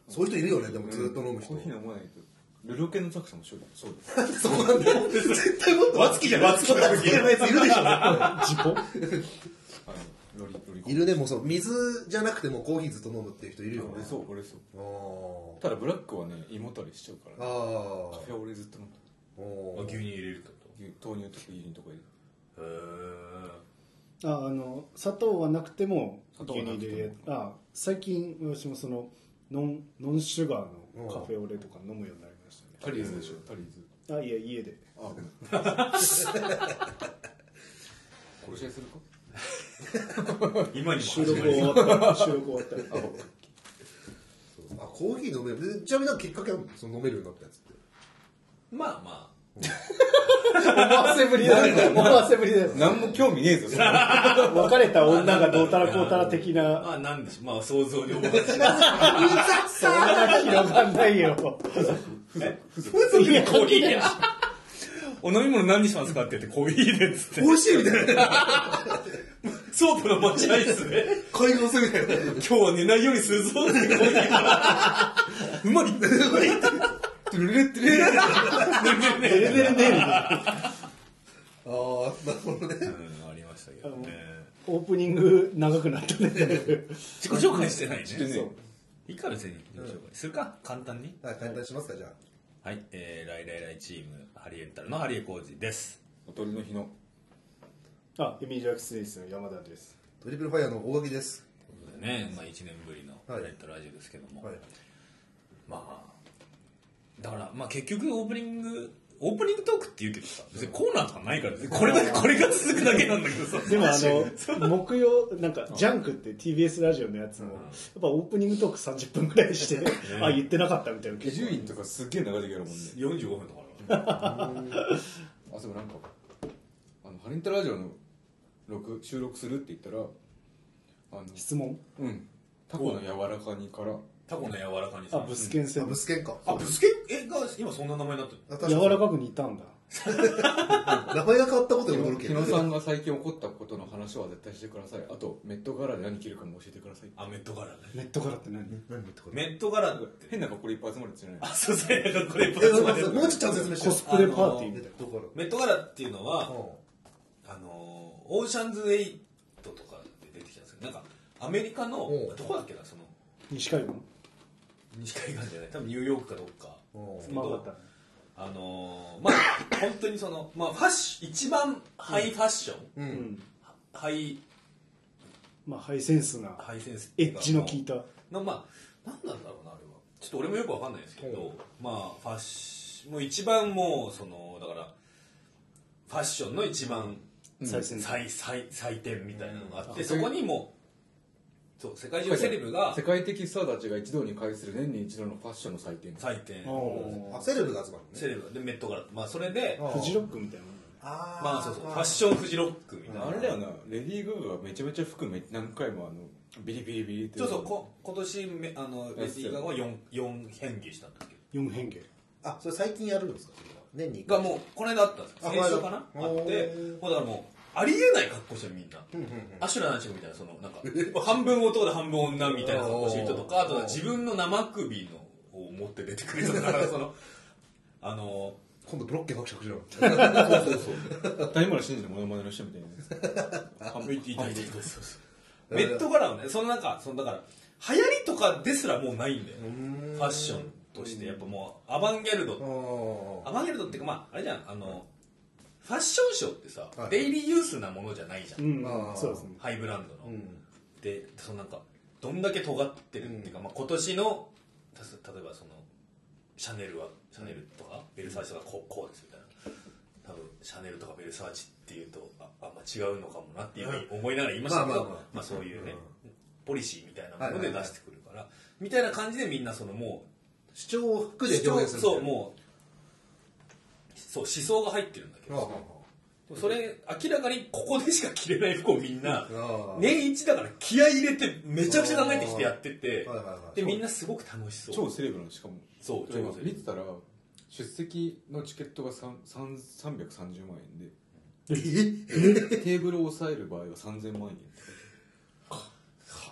[SPEAKER 3] そういう人いるよねでもずっと飲む人、
[SPEAKER 4] コーヒー飲まないとルロケンの作者もそうだそうだ
[SPEAKER 3] そうなんだよ 絶対もっと
[SPEAKER 2] わつきじゃない
[SPEAKER 3] わつきじゃないやついるでし
[SPEAKER 1] ジポ
[SPEAKER 4] あのロリロリコ
[SPEAKER 3] ょいるねもうそう水じゃなくてもコーヒーずっと飲むっていう人いるよね
[SPEAKER 4] 俺そう俺そう
[SPEAKER 3] あー
[SPEAKER 4] ただブラックはね胃もたれしちゃうから、
[SPEAKER 3] あ
[SPEAKER 4] ね、
[SPEAKER 3] ー
[SPEAKER 4] カフェオレずっと飲んで
[SPEAKER 3] おー
[SPEAKER 2] 牛乳入れるってこ
[SPEAKER 4] る豆乳とか牛乳とか入れる
[SPEAKER 2] とへえ
[SPEAKER 1] ああの砂糖はなくても
[SPEAKER 4] 砂糖はなくて
[SPEAKER 1] 牛
[SPEAKER 4] も
[SPEAKER 1] 乳であ最近私もそのノンノンシュガーのカフェオレとか飲むようになりまし
[SPEAKER 4] タリーズでしょタリーズ
[SPEAKER 1] たねあいや家で
[SPEAKER 4] あごめん 殺し合いするか
[SPEAKER 2] 今にも
[SPEAKER 1] 収録終わったら収録終わ ったら
[SPEAKER 3] あコーヒー飲めるでちなみになんかきっかけはその飲めるようになったやつって
[SPEAKER 2] まあま
[SPEAKER 1] 思わせぶりだね思わせぶりだよ
[SPEAKER 4] 何も興味 ねえぞそれ
[SPEAKER 1] 別れた女がどうたら
[SPEAKER 2] あ
[SPEAKER 1] こうたら的な
[SPEAKER 2] まあなんでしょうまあ想像に思う
[SPEAKER 1] そんな広がんないよ
[SPEAKER 2] いや コーヒーで お飲み物何にしますかって言ってコーヒーでっつって
[SPEAKER 3] 美味しいみたいな
[SPEAKER 2] ソープの待合室で
[SPEAKER 3] 海洋すみたいな
[SPEAKER 2] 今日は寝ないようにするぞってコーヒーからうまいね
[SPEAKER 3] トゥルルトゥルル
[SPEAKER 2] えねえねえね
[SPEAKER 3] あーなるほどね
[SPEAKER 2] うんありましたけどね
[SPEAKER 1] オープニング長くなったね
[SPEAKER 2] 自己紹介してないね
[SPEAKER 4] てね
[SPEAKER 2] そういいか別に自己紹介するか簡単に
[SPEAKER 3] はい簡単にしますかじゃあ
[SPEAKER 2] はいえーライライライチームハリエンタルのハリエコージです
[SPEAKER 4] おとりの日の
[SPEAKER 1] あエミリー・ジャックス・レイスの山田です
[SPEAKER 3] トリプルファイヤーの大垣です
[SPEAKER 2] ということでねまあ1年ぶりの
[SPEAKER 3] はい
[SPEAKER 2] ライトラジオですけども
[SPEAKER 3] はい
[SPEAKER 2] まあだからまあ結局オープニングオープニングトークって言うけどさ別にコーナーとかないから別にこれだけこれが続くだけなんだけどさ
[SPEAKER 1] で もあ の木曜なんか「ジャンク」って TBS ラジオのやつもやっぱオープニングトーク30分くらいして あ言ってなかったみたいな
[SPEAKER 4] 伊集院とかすっげえ長い時あるもんね
[SPEAKER 2] 45分とかあるわ
[SPEAKER 4] あそうなんかあのハリンタラジオの録収録するって言ったらあの
[SPEAKER 1] 質問
[SPEAKER 4] うんタコの柔らかにから
[SPEAKER 2] タコの柔らかに
[SPEAKER 1] あ
[SPEAKER 2] さ
[SPEAKER 1] ブスケン
[SPEAKER 3] あ
[SPEAKER 1] 戦
[SPEAKER 3] ぶつけんか
[SPEAKER 2] あブスケえが今そんな名前になってる
[SPEAKER 3] 柔
[SPEAKER 1] 柔らかく似たんだ
[SPEAKER 3] 名前が変わったことに驚け
[SPEAKER 4] 日野さんが最近起こったことの話は絶対してくださいあとメットガラで何着るかも教えてください
[SPEAKER 2] あメットガラね
[SPEAKER 1] ネットからって何
[SPEAKER 3] 何言ってこ
[SPEAKER 2] メットガラって
[SPEAKER 4] 変なこれいっぱい集まるやつじゃない
[SPEAKER 2] あそうそうなんかこれいっぱい集まってる
[SPEAKER 3] もうちょっとちゃんと説明して
[SPEAKER 1] コスプレパーティーみたいな
[SPEAKER 3] どこ
[SPEAKER 2] メットガラっていうのはあのーオーシャンズ8とかで出てきたんですけどなんかアメリカの
[SPEAKER 3] おう
[SPEAKER 2] どこだっけなその
[SPEAKER 1] 西海岸
[SPEAKER 2] 西海岸じゃない多分ニューヨークかどっか
[SPEAKER 3] おう
[SPEAKER 2] ですけ
[SPEAKER 1] ま
[SPEAKER 2] ど
[SPEAKER 1] あった
[SPEAKER 2] あのーまあ 本当にその、まあ、ファッシ一番ハイファッション、
[SPEAKER 3] う
[SPEAKER 1] うんん
[SPEAKER 2] ハイ
[SPEAKER 1] まあハイセンスな
[SPEAKER 2] ハイセンスって
[SPEAKER 1] エ
[SPEAKER 2] いう
[SPEAKER 1] ッ
[SPEAKER 2] か
[SPEAKER 1] ジの効いた
[SPEAKER 2] のまあ何なんだろうなあれはちょっと俺もよくわかんないですけど、
[SPEAKER 3] う
[SPEAKER 2] まあファッシもう一番もうそのだからファッションの一番
[SPEAKER 1] 最先端
[SPEAKER 2] 最最祭典みたいなのがあって、
[SPEAKER 4] うん
[SPEAKER 2] そこにもうそう世界中のセレブが
[SPEAKER 4] 世界的スターたちが一堂に会する年に一度のファッションの祭典
[SPEAKER 2] 祭典
[SPEAKER 1] おー
[SPEAKER 3] あセレブが集まるの
[SPEAKER 2] セ
[SPEAKER 3] ね
[SPEAKER 2] レブがでメットガラまあそれで
[SPEAKER 3] ああ
[SPEAKER 1] フジロックみたいなもんだね
[SPEAKER 3] あー
[SPEAKER 2] まあそうそうファッションフジロックみたいな
[SPEAKER 4] あれだよなレディー・グーガーがめちゃめちゃ服め何回もあのビリビリビリって
[SPEAKER 2] そうそうこ今年めあのレデ
[SPEAKER 4] や
[SPEAKER 2] ィ
[SPEAKER 4] つ
[SPEAKER 2] ー・ガガは 4, 4変化したんだっけ
[SPEAKER 1] 4変化
[SPEAKER 3] あそれ最近やるんですかそれは年に一回
[SPEAKER 2] がもうこの間あったんですよ
[SPEAKER 3] あ
[SPEAKER 2] 先週かな
[SPEAKER 3] この
[SPEAKER 2] あ
[SPEAKER 3] 間
[SPEAKER 2] って
[SPEAKER 3] おー
[SPEAKER 2] もうだからもうありえない格好してるみんな
[SPEAKER 3] うんうんうん
[SPEAKER 2] アシュラナチョみたいなそのなんか半分男で半分女みたいな格好してる人とかあとは自分の生首のを持って出てくる人とかそ のあの
[SPEAKER 3] 今度ブロッケ伯爵じゃんそうそうそう
[SPEAKER 4] 谷村新司のモノマネの人みたいな やつ半分
[SPEAKER 2] いたいたいた
[SPEAKER 4] 半分
[SPEAKER 2] メット柄をねそのなんかそのだから流行りとかですらもうないんだよ
[SPEAKER 3] ん
[SPEAKER 2] ファッションとしてやっぱもうアバンギャルドア
[SPEAKER 3] あ
[SPEAKER 2] バンギャルドっていうかまああれじゃんあのファッションショーってさ、
[SPEAKER 3] はい
[SPEAKER 2] デイリーユースなものじゃないじゃん、
[SPEAKER 1] うん
[SPEAKER 3] あー
[SPEAKER 1] そうですね
[SPEAKER 2] ハイブランドの、
[SPEAKER 3] ーうん
[SPEAKER 2] でそのなんかどんだけ尖ってるっていうか、まあ、今年のたす例えばそのシャネルはシャネルとかベルサーチとかこうこうですみたいな多分シャネルとかベルサーチっていうとああんま違うのかもなっていうふうに思いながら言いましたけ
[SPEAKER 3] まあまあ
[SPEAKER 2] ど
[SPEAKER 3] まあ
[SPEAKER 2] まあそういうねポリシーみたいなもので出してくるからみたいな感じでみんなそのもう
[SPEAKER 3] 主張を服で表現する
[SPEAKER 2] そうもうそう思想が入ってるんだけ
[SPEAKER 3] あああ
[SPEAKER 2] どそれ明らかにここでしか着れない服をみんな
[SPEAKER 3] ああ
[SPEAKER 2] 年一だから気合い入れてめちゃくちゃ考えてきてやってて
[SPEAKER 3] はいはいはい
[SPEAKER 2] でみんなすごく楽しそう
[SPEAKER 4] 超セレブなのしかも
[SPEAKER 2] そう
[SPEAKER 4] でも
[SPEAKER 2] そう
[SPEAKER 4] 見てたら出席のチケットがさんさん330万円で テーブルを抑える場合は3000万円って書いて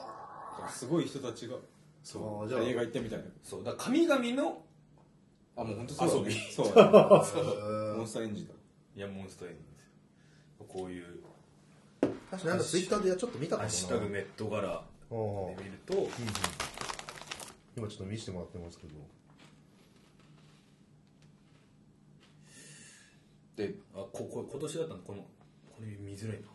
[SPEAKER 4] あるすごい人たちが
[SPEAKER 3] あ
[SPEAKER 4] そ
[SPEAKER 3] ー
[SPEAKER 4] う
[SPEAKER 3] じゃあ
[SPEAKER 4] 映画行ったみたいな
[SPEAKER 2] そうだから神々の
[SPEAKER 4] あもう本当そうだね
[SPEAKER 2] 遊
[SPEAKER 4] そうだね
[SPEAKER 3] へ
[SPEAKER 4] モ
[SPEAKER 3] え
[SPEAKER 4] ンスターエンジンだ
[SPEAKER 2] いやモンスターエンジンですよこういう
[SPEAKER 3] 確かになんかツイッターでちょっと見
[SPEAKER 2] 「
[SPEAKER 3] たか
[SPEAKER 2] ハッ
[SPEAKER 3] もな
[SPEAKER 2] シュタグメット柄」
[SPEAKER 3] あ
[SPEAKER 2] で
[SPEAKER 3] あ
[SPEAKER 2] 見ると
[SPEAKER 3] 今ちょっと見せてもらってますけど
[SPEAKER 4] で
[SPEAKER 2] あここ今年だったのこのこれ見づらいな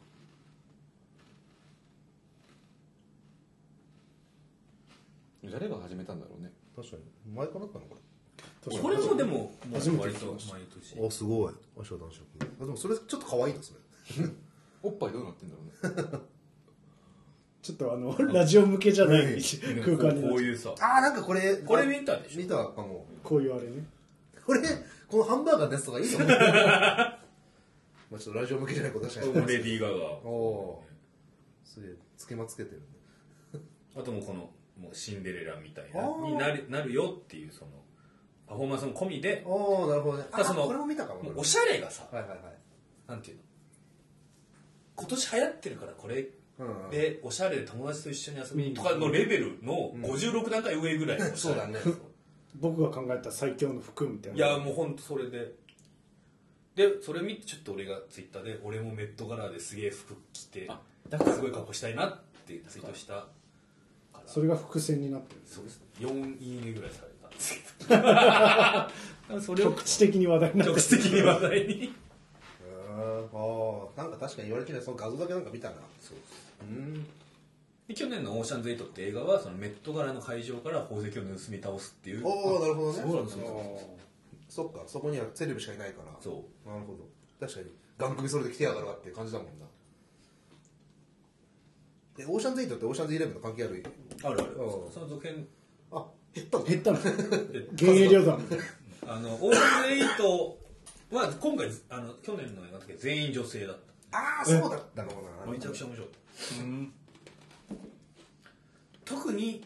[SPEAKER 4] 誰が始めたんだろうね
[SPEAKER 3] 確かに前からだったのこ
[SPEAKER 2] これもでもも
[SPEAKER 1] 初め
[SPEAKER 2] う
[SPEAKER 1] て
[SPEAKER 2] 割
[SPEAKER 1] 聞き
[SPEAKER 2] と
[SPEAKER 1] まし
[SPEAKER 2] 毎年
[SPEAKER 3] れあすごいあしょ男爵あでもそれちょっと可愛いですね
[SPEAKER 4] おっぱいどうなってんだろうね
[SPEAKER 1] ちょっとあの ラジオ向けじゃない
[SPEAKER 3] うん
[SPEAKER 1] 空間に
[SPEAKER 2] こ
[SPEAKER 1] なっちゃ
[SPEAKER 2] う
[SPEAKER 1] う
[SPEAKER 2] いうさ
[SPEAKER 3] ああなんかこれ
[SPEAKER 2] これ見たでしょ
[SPEAKER 3] 見たかも
[SPEAKER 1] こういうあれね
[SPEAKER 3] これこのハンバーガーのやつとかいいのまあちょっとラジオ向けじゃないことはしない
[SPEAKER 2] これもレディー・ガ
[SPEAKER 3] お
[SPEAKER 2] ガ
[SPEAKER 3] おーすげえつけまつけてるね
[SPEAKER 2] あともうこのもうシンデレラみたい
[SPEAKER 3] あ
[SPEAKER 2] な
[SPEAKER 3] ー
[SPEAKER 2] になるなるよっていうそのパフォーマンスも込みで
[SPEAKER 3] おおなるほどね
[SPEAKER 2] た
[SPEAKER 3] あ
[SPEAKER 2] だその
[SPEAKER 3] これも見たかも
[SPEAKER 2] もう
[SPEAKER 3] 俺
[SPEAKER 2] おしゃれがさ
[SPEAKER 3] はいはいはい
[SPEAKER 2] なんていうの今年流行ってるからこれ
[SPEAKER 3] うんうん
[SPEAKER 2] でおしゃれで友達と一緒に遊びにとかのレベルの56段階上ぐらいのおしゃれ
[SPEAKER 3] そうだ ね
[SPEAKER 1] 僕が考えた最強の服みたいない
[SPEAKER 2] やもうほんとそれででそれ見てちょっと俺がツイッターで俺もメットガラーですげえ服着て
[SPEAKER 4] あだから
[SPEAKER 2] すごい格好したいなってツイートしたから
[SPEAKER 1] それが伏線になってるんです
[SPEAKER 2] そうですね4いいねぐらいされたんですけ どそれを
[SPEAKER 1] 局地的に話題になって
[SPEAKER 2] 直接的に話題に
[SPEAKER 3] へえああなんか確かに言われてみればその画像だけなんか見たなそううん
[SPEAKER 2] で去年の「オーシャンズ8」って映画はそのメット柄の会場から宝石を盗み倒すっていう
[SPEAKER 3] おおなるほどね
[SPEAKER 4] そうなんですよ
[SPEAKER 3] そっかそこにはセレブしかいないから
[SPEAKER 2] そう
[SPEAKER 3] なるほど確かにガン首それで来てやがるわっていう感じだもんなでオーシャンズ8ってオーシャンズイレブンと関係ある
[SPEAKER 2] あるある
[SPEAKER 3] うん
[SPEAKER 2] その続編
[SPEAKER 3] あ減ったの
[SPEAKER 1] 減ったの現役旅団
[SPEAKER 2] あのオーシャンズ8は今回あの去年の映画だけ全員女性だっ
[SPEAKER 3] ああそうだったのか
[SPEAKER 2] た
[SPEAKER 3] な
[SPEAKER 2] めちゃくちゃ面白かった特に、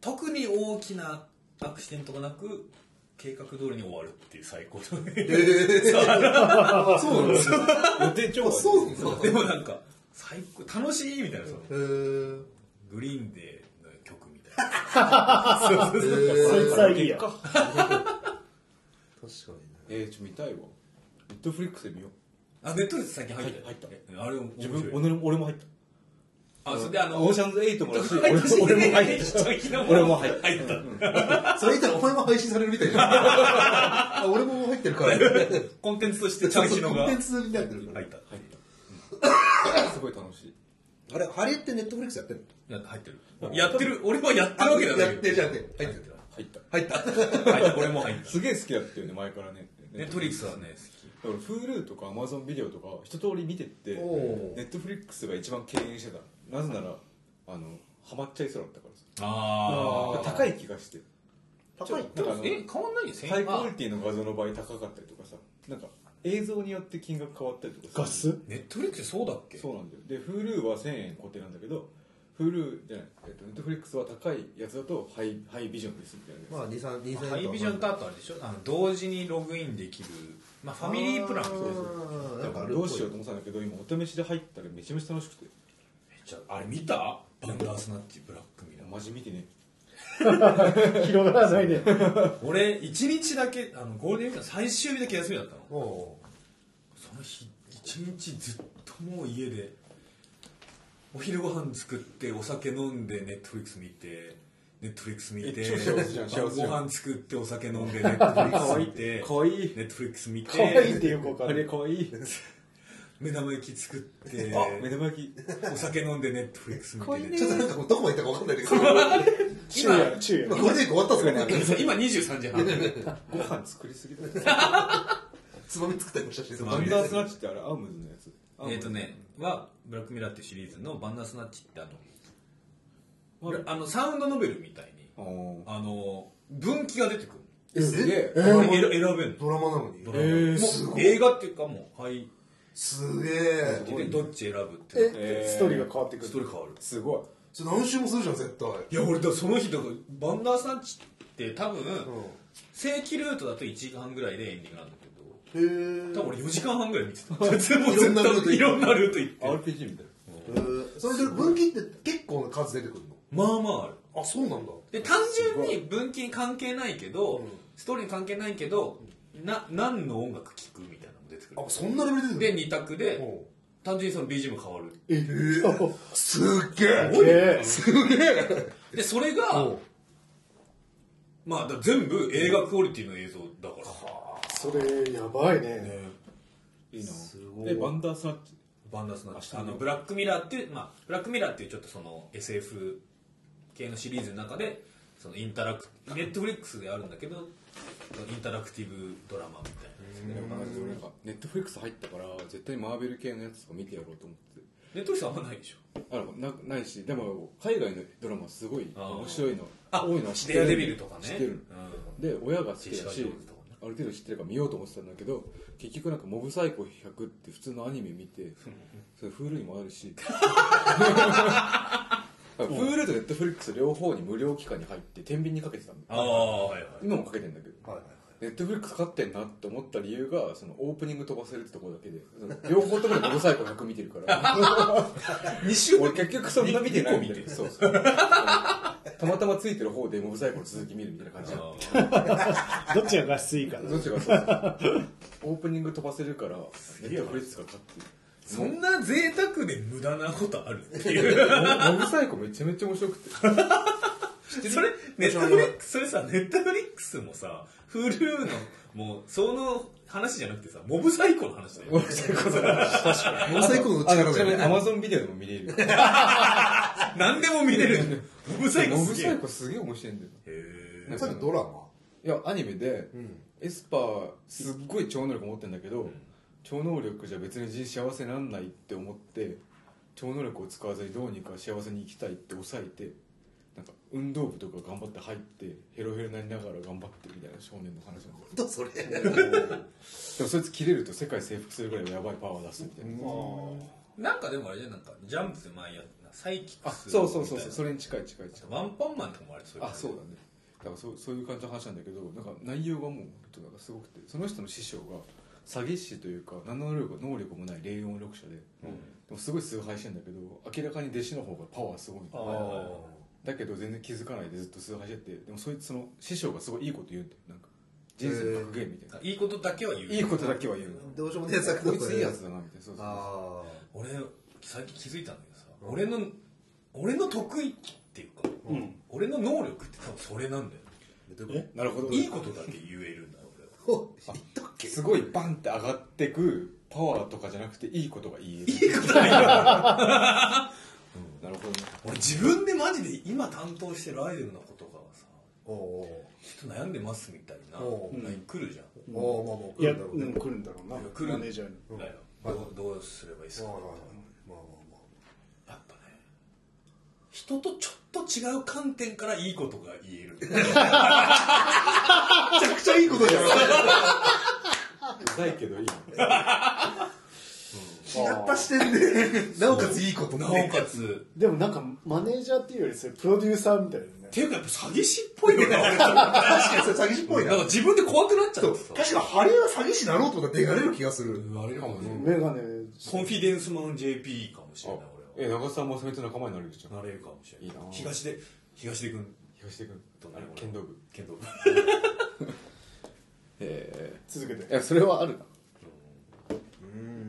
[SPEAKER 2] 特に大きなアクシデントがなく計画通りに終わるっていう最高の映画
[SPEAKER 3] あそうなんですよ
[SPEAKER 4] 予定調和で
[SPEAKER 3] そうなんだ
[SPEAKER 2] でもなんか最高楽しいみたいなその
[SPEAKER 3] へー
[SPEAKER 2] グリーンデーの曲みたいな
[SPEAKER 1] そ
[SPEAKER 3] へ
[SPEAKER 1] い
[SPEAKER 3] ー
[SPEAKER 1] つはいいや
[SPEAKER 3] 確かにね
[SPEAKER 4] えー、ちょ見たいわネットフリックスで見よう
[SPEAKER 2] あネットフリックス最近入ったよ
[SPEAKER 4] 入った
[SPEAKER 2] えあれ面
[SPEAKER 4] 自
[SPEAKER 2] 白い
[SPEAKER 4] 分俺も俺も入った
[SPEAKER 2] あそれであの
[SPEAKER 4] オーシャンズ8もだし
[SPEAKER 2] 俺も
[SPEAKER 4] 俺俺も入っ
[SPEAKER 2] った
[SPEAKER 4] 俺も入った
[SPEAKER 2] 入った
[SPEAKER 3] それ言ったらお前も配信されるみたいな あ俺も入ってるから
[SPEAKER 2] コンテンツとしてちゃんと機能が
[SPEAKER 3] コンテ
[SPEAKER 2] 入
[SPEAKER 3] ンツになってるから
[SPEAKER 2] った入っ
[SPEAKER 4] らすごい楽しい
[SPEAKER 3] あれハリエってネットフリックスやってる
[SPEAKER 2] たや入ってるやってる俺はやってるわけだ
[SPEAKER 3] やっ
[SPEAKER 2] ね
[SPEAKER 3] てるじゃん入ってる
[SPEAKER 4] 入った
[SPEAKER 3] 入った
[SPEAKER 2] 入った俺も入った
[SPEAKER 4] すげえ好きだったよね前からね
[SPEAKER 2] ネットフリックスはね好
[SPEAKER 4] だから Hulu とか Amazon ビデオとか一通り見てって
[SPEAKER 3] おー
[SPEAKER 4] Netflix が一番敬遠してたなぜならあのハマっちゃいそうだったからさ
[SPEAKER 2] きあ
[SPEAKER 4] 高い気がして
[SPEAKER 3] 高い
[SPEAKER 4] なんかあの
[SPEAKER 2] え変わんないよ1000
[SPEAKER 4] ハイクオリティの画像の場合高かったりとかさなんか映像によって金額変わったりとか
[SPEAKER 1] ガス
[SPEAKER 2] ネットフリックスそうだっけ
[SPEAKER 4] そうなんだよで Hulu は1000円固定なんだけど Hulu じゃない、えっと、Netflix は高いやつだとハイハイビジョンですみたいなやつ、
[SPEAKER 3] まあ2 3 2000
[SPEAKER 2] ハイビジョンとあとあれでしょあの同時にログインできる、まあ、ファミリープラン
[SPEAKER 3] あ
[SPEAKER 2] そうそう
[SPEAKER 3] ーな
[SPEAKER 4] だ
[SPEAKER 3] ん
[SPEAKER 4] か
[SPEAKER 3] からあるっ
[SPEAKER 4] ど
[SPEAKER 3] ぽいう
[SPEAKER 4] しようと思ってたんだけど今お試しで入ったらめちゃめちゃ楽しくて
[SPEAKER 2] めっちゃあれ見たバンダースナッチブラックミラー
[SPEAKER 4] マジ見てね
[SPEAKER 1] 広がらないね
[SPEAKER 2] 俺一日だけあのゴールデンウィークの最終日だけ休みだったの
[SPEAKER 3] おお
[SPEAKER 2] その日一日ずっともう家でお昼ご飯作ってお酒飲んでネットフリックス見てネットフリックス見て
[SPEAKER 4] え超幸せじゃ
[SPEAKER 2] 晩
[SPEAKER 4] ん幸せじゃん
[SPEAKER 2] ご飯作ってお酒飲んでネットフリックス見て
[SPEAKER 4] かわいい
[SPEAKER 2] ネットフリックス見
[SPEAKER 1] 可愛いっててよくわか
[SPEAKER 4] あれ
[SPEAKER 1] る
[SPEAKER 4] かわいい
[SPEAKER 2] 目玉焼き作って
[SPEAKER 4] あ目玉焼き
[SPEAKER 2] お酒飲んでネットフリックス見て
[SPEAKER 1] かわいいね
[SPEAKER 3] ちょっとなんかもうどこまで行ったか分かんないけど
[SPEAKER 1] 昼夜昼夜
[SPEAKER 3] 今ゴールデンウィーク終わったっす かね
[SPEAKER 2] 今23時半
[SPEAKER 4] ご飯作りすぎだ よ
[SPEAKER 3] つまみ作ったりもしたし
[SPEAKER 2] つま
[SPEAKER 4] ア
[SPEAKER 2] み
[SPEAKER 4] ンダースナッチってあれアームズのやつ
[SPEAKER 2] えっとねは「ブラックミラー」っていうシリーズの「バンダースナッチ」ってあ
[SPEAKER 4] あ
[SPEAKER 2] のあのサウンドノベルみたいに
[SPEAKER 4] アームズ
[SPEAKER 2] あの分岐が出てくる
[SPEAKER 4] えすげえ
[SPEAKER 3] え
[SPEAKER 2] これ選べる
[SPEAKER 3] ドラマなのに
[SPEAKER 2] のドラマ
[SPEAKER 4] えー
[SPEAKER 2] も
[SPEAKER 3] すご
[SPEAKER 2] う
[SPEAKER 3] い
[SPEAKER 2] 映画っていうかもうはい
[SPEAKER 3] すげえ
[SPEAKER 2] でどっち選ぶってなって
[SPEAKER 1] えストーリーが変わってくる
[SPEAKER 2] ストーリー変わる
[SPEAKER 4] すごい
[SPEAKER 3] それ何周もするじゃん絶対
[SPEAKER 2] いや俺だからその日だからバンダースナッチって多分
[SPEAKER 3] う
[SPEAKER 2] 正規ルートだと1時間半ぐらいでエンディングなんだけど
[SPEAKER 3] んへえ
[SPEAKER 2] 多分俺4時間半 ぐらい見てた全部
[SPEAKER 3] いろんなルート行っ
[SPEAKER 2] ずっといろんなルート行って
[SPEAKER 4] RPG みたい
[SPEAKER 3] それで分岐って結構な数出てくるの
[SPEAKER 2] まあまあある
[SPEAKER 3] あそうなんだ
[SPEAKER 2] で単純に分岐に関係ないけど、ストーリーに関係ないけど、な何の音楽聴くみたいなのも出てくる
[SPEAKER 3] あそんなレベル出てくる
[SPEAKER 2] で2択で単純にその BGM 変わる
[SPEAKER 1] え
[SPEAKER 3] すっげえ
[SPEAKER 1] え
[SPEAKER 3] すげえ
[SPEAKER 2] でそれがまあだから全部映画クオリティの映像だから
[SPEAKER 1] それやばいね
[SPEAKER 4] ないいな
[SPEAKER 3] ごい
[SPEAKER 4] でバンダースナッチ
[SPEAKER 2] バンダースナッチあのブラックミラーっていう、まあ、ブラックミラーっていうちょっとその SF 系のシリーズの中でそのインタラクネットフリックスであるんだけどインタラクティブドラマみたいな
[SPEAKER 4] でもなんか俺なんかネットフリックス入ったから絶対マーベル系のやつとか見てやろうと思っ
[SPEAKER 2] ネットフリックスあんまないでしょ
[SPEAKER 4] てあらなないしでも海外のドラマすごい
[SPEAKER 2] あー
[SPEAKER 4] 面白いの
[SPEAKER 2] あ
[SPEAKER 4] 多いのは知って
[SPEAKER 2] デア
[SPEAKER 4] る
[SPEAKER 2] デビルとかね
[SPEAKER 4] 知ってる
[SPEAKER 2] うん
[SPEAKER 4] で親が好き
[SPEAKER 2] ジェシカ
[SPEAKER 4] だ
[SPEAKER 2] ジ
[SPEAKER 4] し
[SPEAKER 2] ョーンズとかね
[SPEAKER 4] ある程度知ってるから見ようと思ってたんだけど結局なんか「モブサイコ100」って普通のアニメ見てそれ Hulu にもあ るし Hulu と Netflix 両方に無料期間に入って天秤にかけてたんだ
[SPEAKER 2] ああはいはい
[SPEAKER 4] 今もかけてんだけど
[SPEAKER 3] はいはいはい
[SPEAKER 4] ネットフリックス勝ってんなって思った理由がそのオープニング飛ばせるってところだけでその両方ともに5歳から100見てるから
[SPEAKER 2] 2週
[SPEAKER 4] 俺結局そんな見てない
[SPEAKER 2] 見
[SPEAKER 4] み
[SPEAKER 2] て
[SPEAKER 4] たい
[SPEAKER 2] る
[SPEAKER 4] なそうそうたまたまついてる方でモブサイコの続き見るみたいな感じになっ て
[SPEAKER 1] どっちが画質いいかな
[SPEAKER 4] どっちがそうそうオープニング飛ばせるからネットフリックスが勝ってる
[SPEAKER 2] そんな贅沢で無駄なことあるって いう
[SPEAKER 4] モモブサイコめちゃめちゃ面白くて
[SPEAKER 2] それネットフリックスそれさネットフリックスもさ Hulu のもうその話じゃなくてさモブサイコの話だよ
[SPEAKER 4] モブサイコ
[SPEAKER 3] モブサイコの
[SPEAKER 4] あ
[SPEAKER 3] 力だ
[SPEAKER 4] ちなみ
[SPEAKER 3] よ
[SPEAKER 4] に
[SPEAKER 3] ね
[SPEAKER 4] アマゾンビデオでも見れる
[SPEAKER 2] 何でも見れるモブサイコ
[SPEAKER 4] モ
[SPEAKER 2] す
[SPEAKER 4] ブ
[SPEAKER 2] げえ
[SPEAKER 4] サイコすげえ面白いんだよ
[SPEAKER 2] へー
[SPEAKER 4] なん
[SPEAKER 3] さ
[SPEAKER 4] か
[SPEAKER 3] っきドラマ
[SPEAKER 4] いやアニメで、
[SPEAKER 3] ん
[SPEAKER 4] エスパーすっごい超能力持ってんだけど、超能力じゃ別に人幸せになんないって思って超能力を使わずにどうにか幸せに生きたいって抑えてなんか運動部とか頑張って入ってヘロヘロになりながら頑張ってみたいな少年の話なんだよ
[SPEAKER 3] どうそれ
[SPEAKER 4] でもそいつ切れると世界征服するぐらいやばいパワー出すみたいな、
[SPEAKER 2] なんかでもあれじゃんなんかジャンプで前やったなサイキッ
[SPEAKER 4] あ
[SPEAKER 2] クス
[SPEAKER 4] そうそうそう
[SPEAKER 2] みたいう
[SPEAKER 4] そ
[SPEAKER 2] な
[SPEAKER 4] それに近い近い近い
[SPEAKER 2] ワンパンマンとかもあれそういう
[SPEAKER 4] あ
[SPEAKER 2] 感じ
[SPEAKER 4] そうだねだからそうそういう感じの話なんだけどなんか内容がもう本当なんかすごくてその人の師匠が詐欺師というか何の能力能力もない霊音力者で、でもすごい崇拝してんだけど明らかに弟子の方がパワーすごいのだけど全然気づかないでずっと崇拝しててでもそいつその師匠がすごいいいこと言うんだよなんか人生の格言みたいな、
[SPEAKER 2] いいことだけは言う
[SPEAKER 4] いいことだけは言うの
[SPEAKER 3] どうしようもねえ作
[SPEAKER 4] こ
[SPEAKER 3] 品
[SPEAKER 4] いついいやつだなみたいなそうそうそう
[SPEAKER 3] あ
[SPEAKER 2] 俺最近気づいたんだけどさ、俺の俺の得意っていうか、
[SPEAKER 1] ん
[SPEAKER 2] 俺の能力って多分それなんだよ
[SPEAKER 3] あ
[SPEAKER 4] なるほど
[SPEAKER 2] いいことだけ言えるんだよ俺は
[SPEAKER 3] お言ったっけ
[SPEAKER 4] すごいバンって上がってくパワーとかじゃなくていいことが言えるいいことが言えるなるほどね
[SPEAKER 2] 俺自分でマジで今担当してるアイドルのことがさ
[SPEAKER 3] おお
[SPEAKER 2] ちょっと悩んでますみたいな
[SPEAKER 3] おう
[SPEAKER 2] LINE 来るじゃん、
[SPEAKER 3] おお
[SPEAKER 1] い
[SPEAKER 3] まあ
[SPEAKER 1] や
[SPEAKER 3] まあ
[SPEAKER 1] で
[SPEAKER 3] まあ
[SPEAKER 1] も来るんだろうな
[SPEAKER 2] 来る
[SPEAKER 1] マネージャーに
[SPEAKER 2] だよどうどうすればいいっす
[SPEAKER 3] ま
[SPEAKER 2] か
[SPEAKER 3] あまあ
[SPEAKER 2] やっぱね人とちょっと違う観点からいいことが言え る
[SPEAKER 3] めちゃくちゃいいことじゃん
[SPEAKER 4] 臭いけどいい
[SPEAKER 3] やったしてんで、なおかついいこと
[SPEAKER 2] なおかつ
[SPEAKER 1] でもなんかマネージャーっていうよりそれプロデューサーみたいなね
[SPEAKER 2] ていうかやっぱ詐欺師っぽいよ な俺なんか
[SPEAKER 3] 確かにそれ詐欺師っぽいな。ち
[SPEAKER 2] 自分で怖くなっちゃ
[SPEAKER 3] ょ
[SPEAKER 2] っ
[SPEAKER 3] ってと
[SPEAKER 2] さ
[SPEAKER 3] 確かハリは詐欺師だろうと思ったら出られる気がする。
[SPEAKER 2] あれかもね
[SPEAKER 1] メガネ
[SPEAKER 2] コンフィデンスマン JP かもしれない俺
[SPEAKER 4] え長澤まさみと仲間になれるじゃん
[SPEAKER 2] はなれるかもしれない
[SPEAKER 4] いいな
[SPEAKER 2] 東出東出君
[SPEAKER 4] 東出君
[SPEAKER 2] となる
[SPEAKER 4] 剣道部
[SPEAKER 2] けど
[SPEAKER 5] え
[SPEAKER 1] 続けて
[SPEAKER 5] いやそれはあるな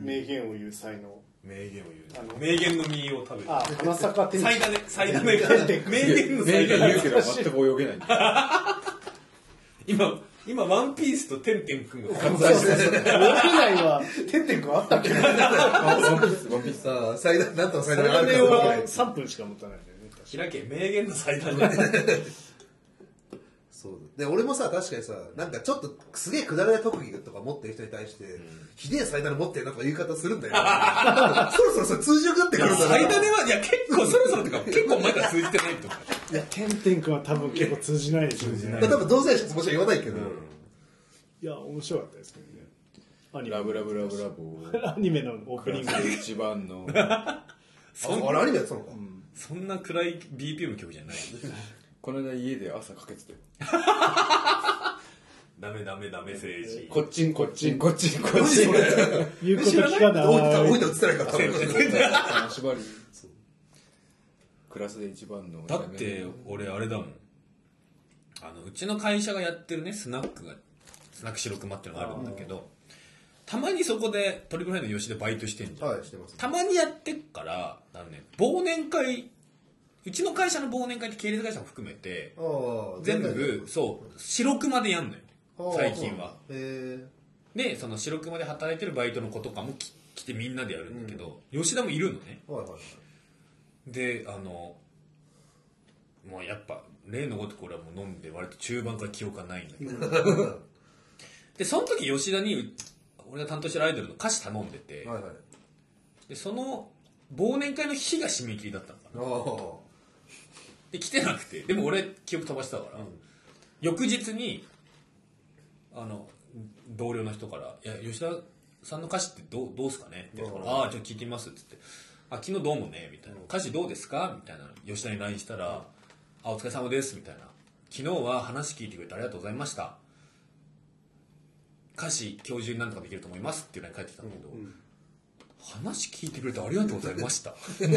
[SPEAKER 1] 名言を言う才能
[SPEAKER 2] 名言を言
[SPEAKER 1] あ
[SPEAKER 2] う
[SPEAKER 1] の
[SPEAKER 2] ね名言の実を食べる
[SPEAKER 1] あ花坂天
[SPEAKER 2] 最ダネ 最ダネが名言の
[SPEAKER 4] 全
[SPEAKER 2] 最
[SPEAKER 4] 員
[SPEAKER 2] ダ
[SPEAKER 4] が言う
[SPEAKER 2] ネ
[SPEAKER 4] けど全く泳げないんだよ
[SPEAKER 2] 今今ワンピースとてんてんくんが
[SPEAKER 1] そうそうそう動けないはてんてんくんあったっけ
[SPEAKER 3] さあ、最大、なんとか最
[SPEAKER 1] そ
[SPEAKER 3] 大
[SPEAKER 1] れ
[SPEAKER 3] あ
[SPEAKER 1] は
[SPEAKER 3] るかも
[SPEAKER 1] 3分しか持たないんだよね確か
[SPEAKER 2] 開け名言の最大だね
[SPEAKER 3] そうで俺もさ確かにさなんかちょっとすげえくだらない特技とか持ってる人に対して、ひでえ最大の持ってるなとか言い方す るんだよそろそろそれ通じなくなってくるんだな
[SPEAKER 2] 最大ではいや結構そろそろってか結構前から通じてないと思う
[SPEAKER 1] にいやてんてんくんは多分結構通じないでしょうね
[SPEAKER 3] まあ多分同性者ってもちろん言わないけど、
[SPEAKER 1] いや面白かったですけどねアニメ
[SPEAKER 5] ラブラブラブラボー
[SPEAKER 1] アニメのオープニングで
[SPEAKER 5] 一番の
[SPEAKER 2] そん
[SPEAKER 3] ああれアニメやってたのか、
[SPEAKER 2] そんな暗い BPM 曲じゃない
[SPEAKER 5] この間家で朝かけてたよ
[SPEAKER 2] ダメダメダメ政治
[SPEAKER 5] こっちんこっちんこっちんこっちん
[SPEAKER 3] それ
[SPEAKER 1] 言うこと聞か
[SPEAKER 3] どう言った
[SPEAKER 1] な
[SPEAKER 3] どう
[SPEAKER 1] い
[SPEAKER 3] 言ったら映ってないから多分
[SPEAKER 5] あの縛りクラスで一番の
[SPEAKER 2] だって俺あれだもんあのうちの会社がやってるねスナックがスナック白熊っていうのがあるんだけどたまにそこでトリプルフライの吉でバイトしてんじゃん、
[SPEAKER 3] はいしてます
[SPEAKER 2] たまにやってっからあのね忘年会うちの会社の忘年会って系列会社も含めて
[SPEAKER 3] ああ
[SPEAKER 2] 全部そう白熊でやんのよ最近 は
[SPEAKER 3] へえ
[SPEAKER 2] でその白熊で働いてるバイトの子とかもき来てみんなでやるんだけど、吉田もいるのね
[SPEAKER 3] はいはい
[SPEAKER 2] であのもうやっぱ例のごとく俺はもう飲んで割と中盤から記憶がないんだけどでその時吉田に俺が担当してるアイドルの歌詞頼んでて、
[SPEAKER 3] はいはい
[SPEAKER 2] でその忘年会の日が締め切りだったのかな
[SPEAKER 3] ああ
[SPEAKER 2] で来てなくてでも俺記憶飛ばしてたから、翌日にあの同僚の人から「いや吉田さんの歌詞ってどうどうすかね?」って言ったから「ああーちょっと聞いてみます」って言って「あ昨日どうもね」みたいな「歌詞どうですか?」みたいな吉田に LINE したら「あお疲れ様です」みたいな「昨日は話聞いてくれてありがとうございました」歌詞今日中に何とかできると思いますっていうのに帰ってきたんだけど、話聞いてくれてありがとうございました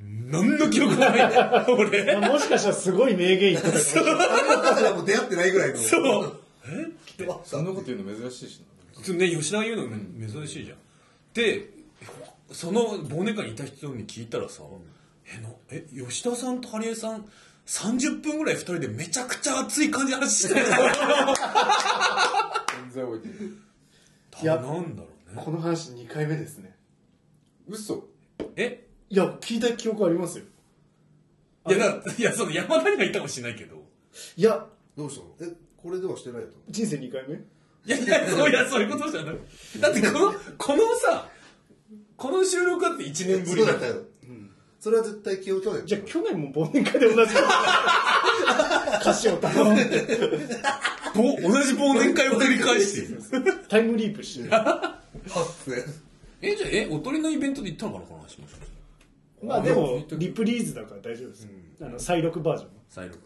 [SPEAKER 2] 何の記憶も ないんだよ俺
[SPEAKER 1] いやもしかしたらすごい名言言ってたかも
[SPEAKER 3] あれはもう出会ってないぐらいの
[SPEAKER 2] そう
[SPEAKER 3] でも
[SPEAKER 5] そんなこと言うの珍しいし
[SPEAKER 2] 普通ね吉田が言うのめ珍しいじゃん、でその忘年会にいた人に聞いたらさ、えのえ吉田さんとハリエさん30分ぐらい2人でめちゃくちゃ熱い感じの話 してた
[SPEAKER 5] 全然覚えてない
[SPEAKER 1] いや
[SPEAKER 2] なんだろうね
[SPEAKER 1] この話2回目ですね
[SPEAKER 5] 嘘
[SPEAKER 2] え
[SPEAKER 1] いや聞いた記憶ありますよ
[SPEAKER 2] いやだいやその山谷がいたかもしれないけど
[SPEAKER 1] いや
[SPEAKER 3] どうしたのえこれではしてないよと
[SPEAKER 1] 人生2回目
[SPEAKER 2] いやいやそういやそういうことじゃないだってこのこのさこの収録だって1年ぶ
[SPEAKER 3] そ
[SPEAKER 2] り
[SPEAKER 3] う
[SPEAKER 2] だ
[SPEAKER 3] だ
[SPEAKER 2] よ
[SPEAKER 3] ったよ、それは絶対記憶去年
[SPEAKER 1] じゃあ去年も忘年会で同じこと歌詞を頼んで
[SPEAKER 2] ぼ同じ忘年会を繰り返してる
[SPEAKER 1] タイムリープしてるま
[SPEAKER 3] はっつね
[SPEAKER 2] えじゃあえおとりのイベントで行ったのかなこの話も
[SPEAKER 1] あでもリプリーズだから大丈夫です、あの再録バージョン
[SPEAKER 2] 再録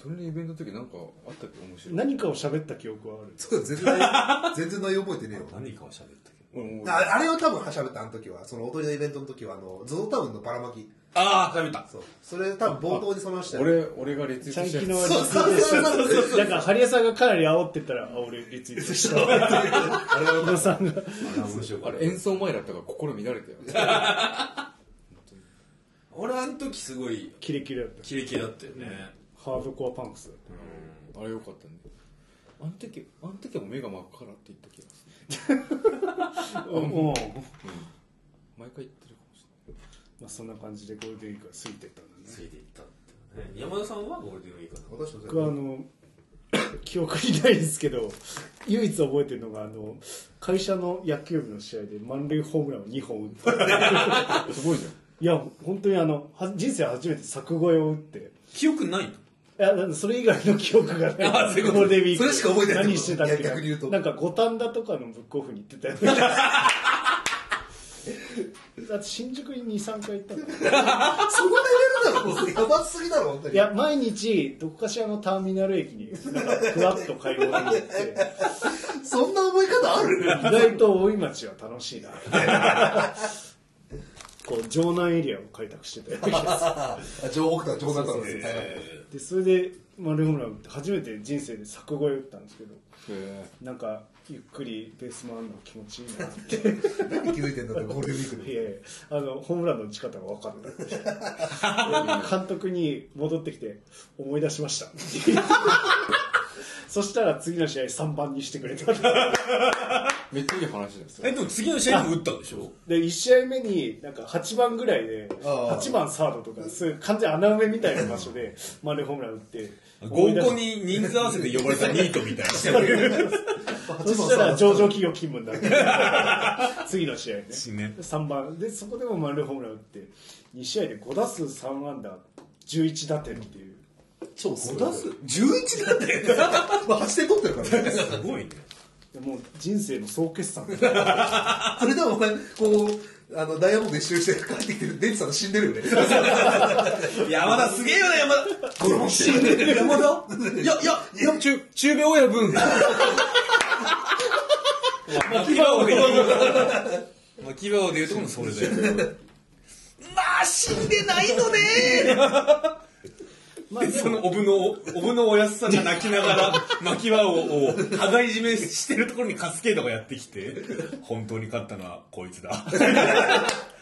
[SPEAKER 5] 鳥のイベントの時なんかあったっけ面白い
[SPEAKER 1] 何かを喋った記憶はある
[SPEAKER 3] そう全然、 全然内容覚えてねえよ。
[SPEAKER 2] 何かは喋ったけど
[SPEAKER 5] 俺もう
[SPEAKER 3] ああれを多分はしゃべった、あの時は。その踊りのイベントの時は、あの、ゾゾタウンのばらまき。
[SPEAKER 2] ああ食べた
[SPEAKER 3] そう。それ多分冒頭にその話したよ。
[SPEAKER 5] 俺俺がレツイー
[SPEAKER 1] ちゃ
[SPEAKER 5] ト
[SPEAKER 1] ん
[SPEAKER 5] し
[SPEAKER 1] き
[SPEAKER 5] たやつ
[SPEAKER 1] のリツイ
[SPEAKER 3] そうそう
[SPEAKER 1] ート
[SPEAKER 3] そうそうそう。
[SPEAKER 1] しただからハリエさんがかなり煽ってったらあ俺リツイートした
[SPEAKER 3] あれは
[SPEAKER 1] 小野さんが
[SPEAKER 2] 面白か
[SPEAKER 5] あ
[SPEAKER 2] った
[SPEAKER 5] れ演奏前だったから心乱れたよ
[SPEAKER 2] 俺あの時すごい
[SPEAKER 1] キレキレだった
[SPEAKER 2] キレキレだったよね
[SPEAKER 1] ハードコアパンクスだった
[SPEAKER 5] あれよかったねあの時あの時も目が真っ赤だって言った気がする
[SPEAKER 1] う
[SPEAKER 5] 毎
[SPEAKER 1] ん
[SPEAKER 5] 回言ってるかもし
[SPEAKER 1] まあそんな感じでゴールデンウィークが過ぎてったんだね
[SPEAKER 2] ついていったってね山田さんはゴールデンウィークの
[SPEAKER 3] 私と
[SPEAKER 1] 僕はあの 記憶にないですけど唯一覚えてるのがあの会社の野球部の試合で満塁ホームランを2本打った
[SPEAKER 5] れないすごいじゃん
[SPEAKER 1] いや本当にあのは人生初めて柵越えを打って
[SPEAKER 2] 記憶ないの
[SPEAKER 1] いや、なんかそれ以外の記憶がない。
[SPEAKER 2] あそういうこと
[SPEAKER 1] ゴールデンウィーク
[SPEAKER 2] それしか覚えてない
[SPEAKER 1] 何してたっけ
[SPEAKER 3] いや逆に言うと
[SPEAKER 1] なんか五反田とかのブックオフに行ってた よね。だって新宿に2、3回行ったの。
[SPEAKER 3] そこでやれるだろうやばすぎだろ本当に
[SPEAKER 1] いや、毎日、どこかしらのターミナル駅に、なんかふわっと買い物に行って、
[SPEAKER 3] そんな思い方ある
[SPEAKER 1] 意外と大井町は楽しいな、みたいなこう、城南エリアを開拓してたよ
[SPEAKER 3] あ城北端城南端です
[SPEAKER 1] で、それで、丸ホームラン打って、初めて人生で柵越え打ったんですけど、なんか、ゆっくりベース回るの気持ちいいなって。
[SPEAKER 3] 何気づいてんだってゴールデンウィーク
[SPEAKER 1] い
[SPEAKER 3] に
[SPEAKER 1] やいやあのホームランの打ち方が分かんない監督に戻ってきて思い出しました そしたら次の試合3番にしてくれた
[SPEAKER 4] めっちゃいい話ですよ
[SPEAKER 2] え、でも次の試合にも打ったんでしょ
[SPEAKER 1] で1試合目になんか8番ぐらいで
[SPEAKER 3] ああ
[SPEAKER 1] 8番サードとかそういう完全に穴埋めみたいな場所でマルホームラン打って
[SPEAKER 2] 合コンに人数合わせて呼ばれたニートみたいな人
[SPEAKER 1] そしたら上場企業勤務になる 次の試合ね
[SPEAKER 2] ね
[SPEAKER 1] 3番でそこでも満塁ホームラン打って2試合で5打数3安打11打点っていう
[SPEAKER 3] 超すごい
[SPEAKER 2] 11だって
[SPEAKER 3] まあ8点取ってるから ね
[SPEAKER 2] すごいね
[SPEAKER 1] でもう人生の総決算
[SPEAKER 3] それでもお前こうあのダイヤモンド一周して帰ってきてるデンジさん死んでるよね
[SPEAKER 2] 山田すげえよね山田死んでる山田いやいやいや中中米親分巻き場をで言う巻き場をで言うとこのそれだよまあ死んでないのね
[SPEAKER 1] まあで
[SPEAKER 2] でそ
[SPEAKER 1] も
[SPEAKER 2] のおぶのおぶのおやすさんが泣きながら巻き場をを羽交い締めしてるところにカスケードがやってきて本当に勝ったのはこいつだ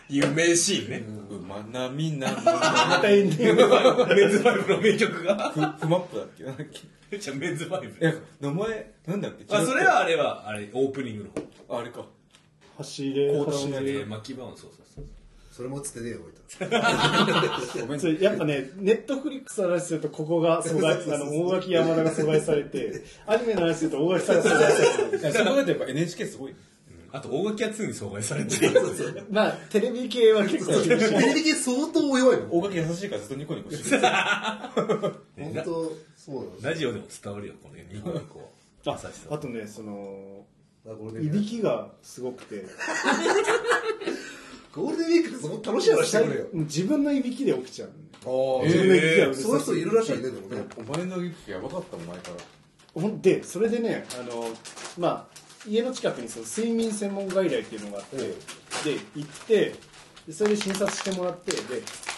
[SPEAKER 2] 有名シーンね
[SPEAKER 4] うまなみな
[SPEAKER 1] またエンデ ィング
[SPEAKER 2] メンズファイブの名曲が
[SPEAKER 4] ふふまっぷだっけなんだっけ
[SPEAKER 2] じゃあメンズファイブ
[SPEAKER 4] え名前なんだっけ
[SPEAKER 2] あそれはあれはあれオープニングの方
[SPEAKER 4] あれか
[SPEAKER 1] 走れ走
[SPEAKER 2] え
[SPEAKER 1] れ
[SPEAKER 2] ー、巻き場音そうそうそう
[SPEAKER 3] それも映ってねえよ置い
[SPEAKER 4] ごめん
[SPEAKER 1] それやっぱねネットフリックスの話するとここが阻害あの大垣山田が阻害されてアニメの話すると大垣さんが阻害されてる
[SPEAKER 4] いやそこだとやっぱ NHK すごい
[SPEAKER 2] あと大垣は2に阻害されて
[SPEAKER 1] まあテレビ系は結 構厳しい
[SPEAKER 3] たテレビ系相当弱いの
[SPEAKER 4] 大垣優しいからずっとニコニコしてる
[SPEAKER 3] 本当そうだ
[SPEAKER 2] ラジオでも伝わるよこのニコニコ
[SPEAKER 1] あ
[SPEAKER 2] 朝日さん
[SPEAKER 1] あとねその
[SPEAKER 3] なゴールデン
[SPEAKER 1] い
[SPEAKER 3] ウィ
[SPEAKER 1] び
[SPEAKER 3] ーク
[SPEAKER 1] きがすごくて
[SPEAKER 3] ゴールデンウィークってその楽しい話してくれよ
[SPEAKER 1] 自分のいびきで起きちゃうのね
[SPEAKER 3] あ
[SPEAKER 1] 自分のいびきがうるさ
[SPEAKER 3] そういう人いるらしいねでもね
[SPEAKER 4] お前のユッキやばかったお前から
[SPEAKER 1] ほんでそれでねあのまあ家の近くにその睡眠専門外来っていうのがあってで行ってでそれで診察してもらってで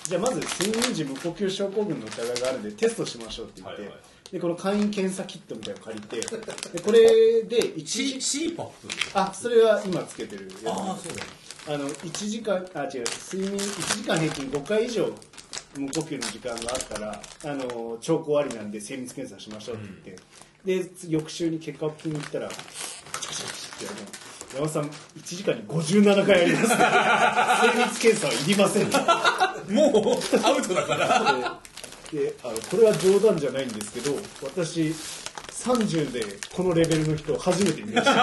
[SPEAKER 1] じゃあまず睡眠時無呼吸症候群の疑いがあるんでテストしましょうって言って、
[SPEAKER 2] はいはい
[SPEAKER 1] でこの簡易検査キットみたいなの借りてでこれで一時
[SPEAKER 2] C パッ
[SPEAKER 1] あそれは今つけてるやつ
[SPEAKER 2] ああそうだ
[SPEAKER 1] あの1時間あ違う睡眠1時間平均5回以上無呼吸の時間があったらあの兆候ありなんで精密検査しましょうって言って、で翌週に結果を聞きに行ったらカチャカチャカチャってあの山田さん1時間に57回やります精密検査はいりませんって
[SPEAKER 2] もうアウトだから
[SPEAKER 1] であのこれは冗談じゃないんですけど私30でこのレベルの人を初めて見ました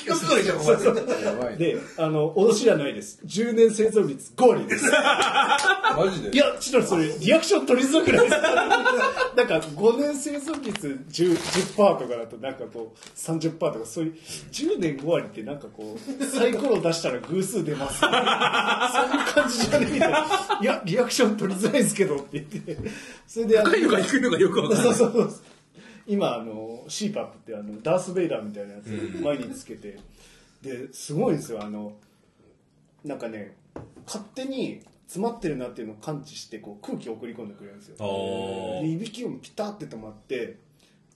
[SPEAKER 3] 企画企画会じゃんお前
[SPEAKER 4] やばいね
[SPEAKER 1] であの脅しじゃないです10年生存率5割です
[SPEAKER 4] マジで
[SPEAKER 1] いや、ちょっとそれ、リアクション取りづらくないですか なんか、5年生存率 10%, 10%とかだと、なんかこう、30%とか、そういう、10年5割ってなんかこう、サイコロ出したら偶数出 ます。そういう感じじゃねえみたいな。いや、リアクション取りづらいですけどって言って。それで、あの
[SPEAKER 2] 高いのか低いのかよくわかんない
[SPEAKER 1] そうそうそう今あの CPAP ってあのダース・ベイダーみたいなやつ毎日つけて、ですごいんですよあのなんかね勝手に詰まってるなっていうのを感知してこう空気を送り込んでくれるんですよ
[SPEAKER 2] お
[SPEAKER 1] でいびきもピタって止まって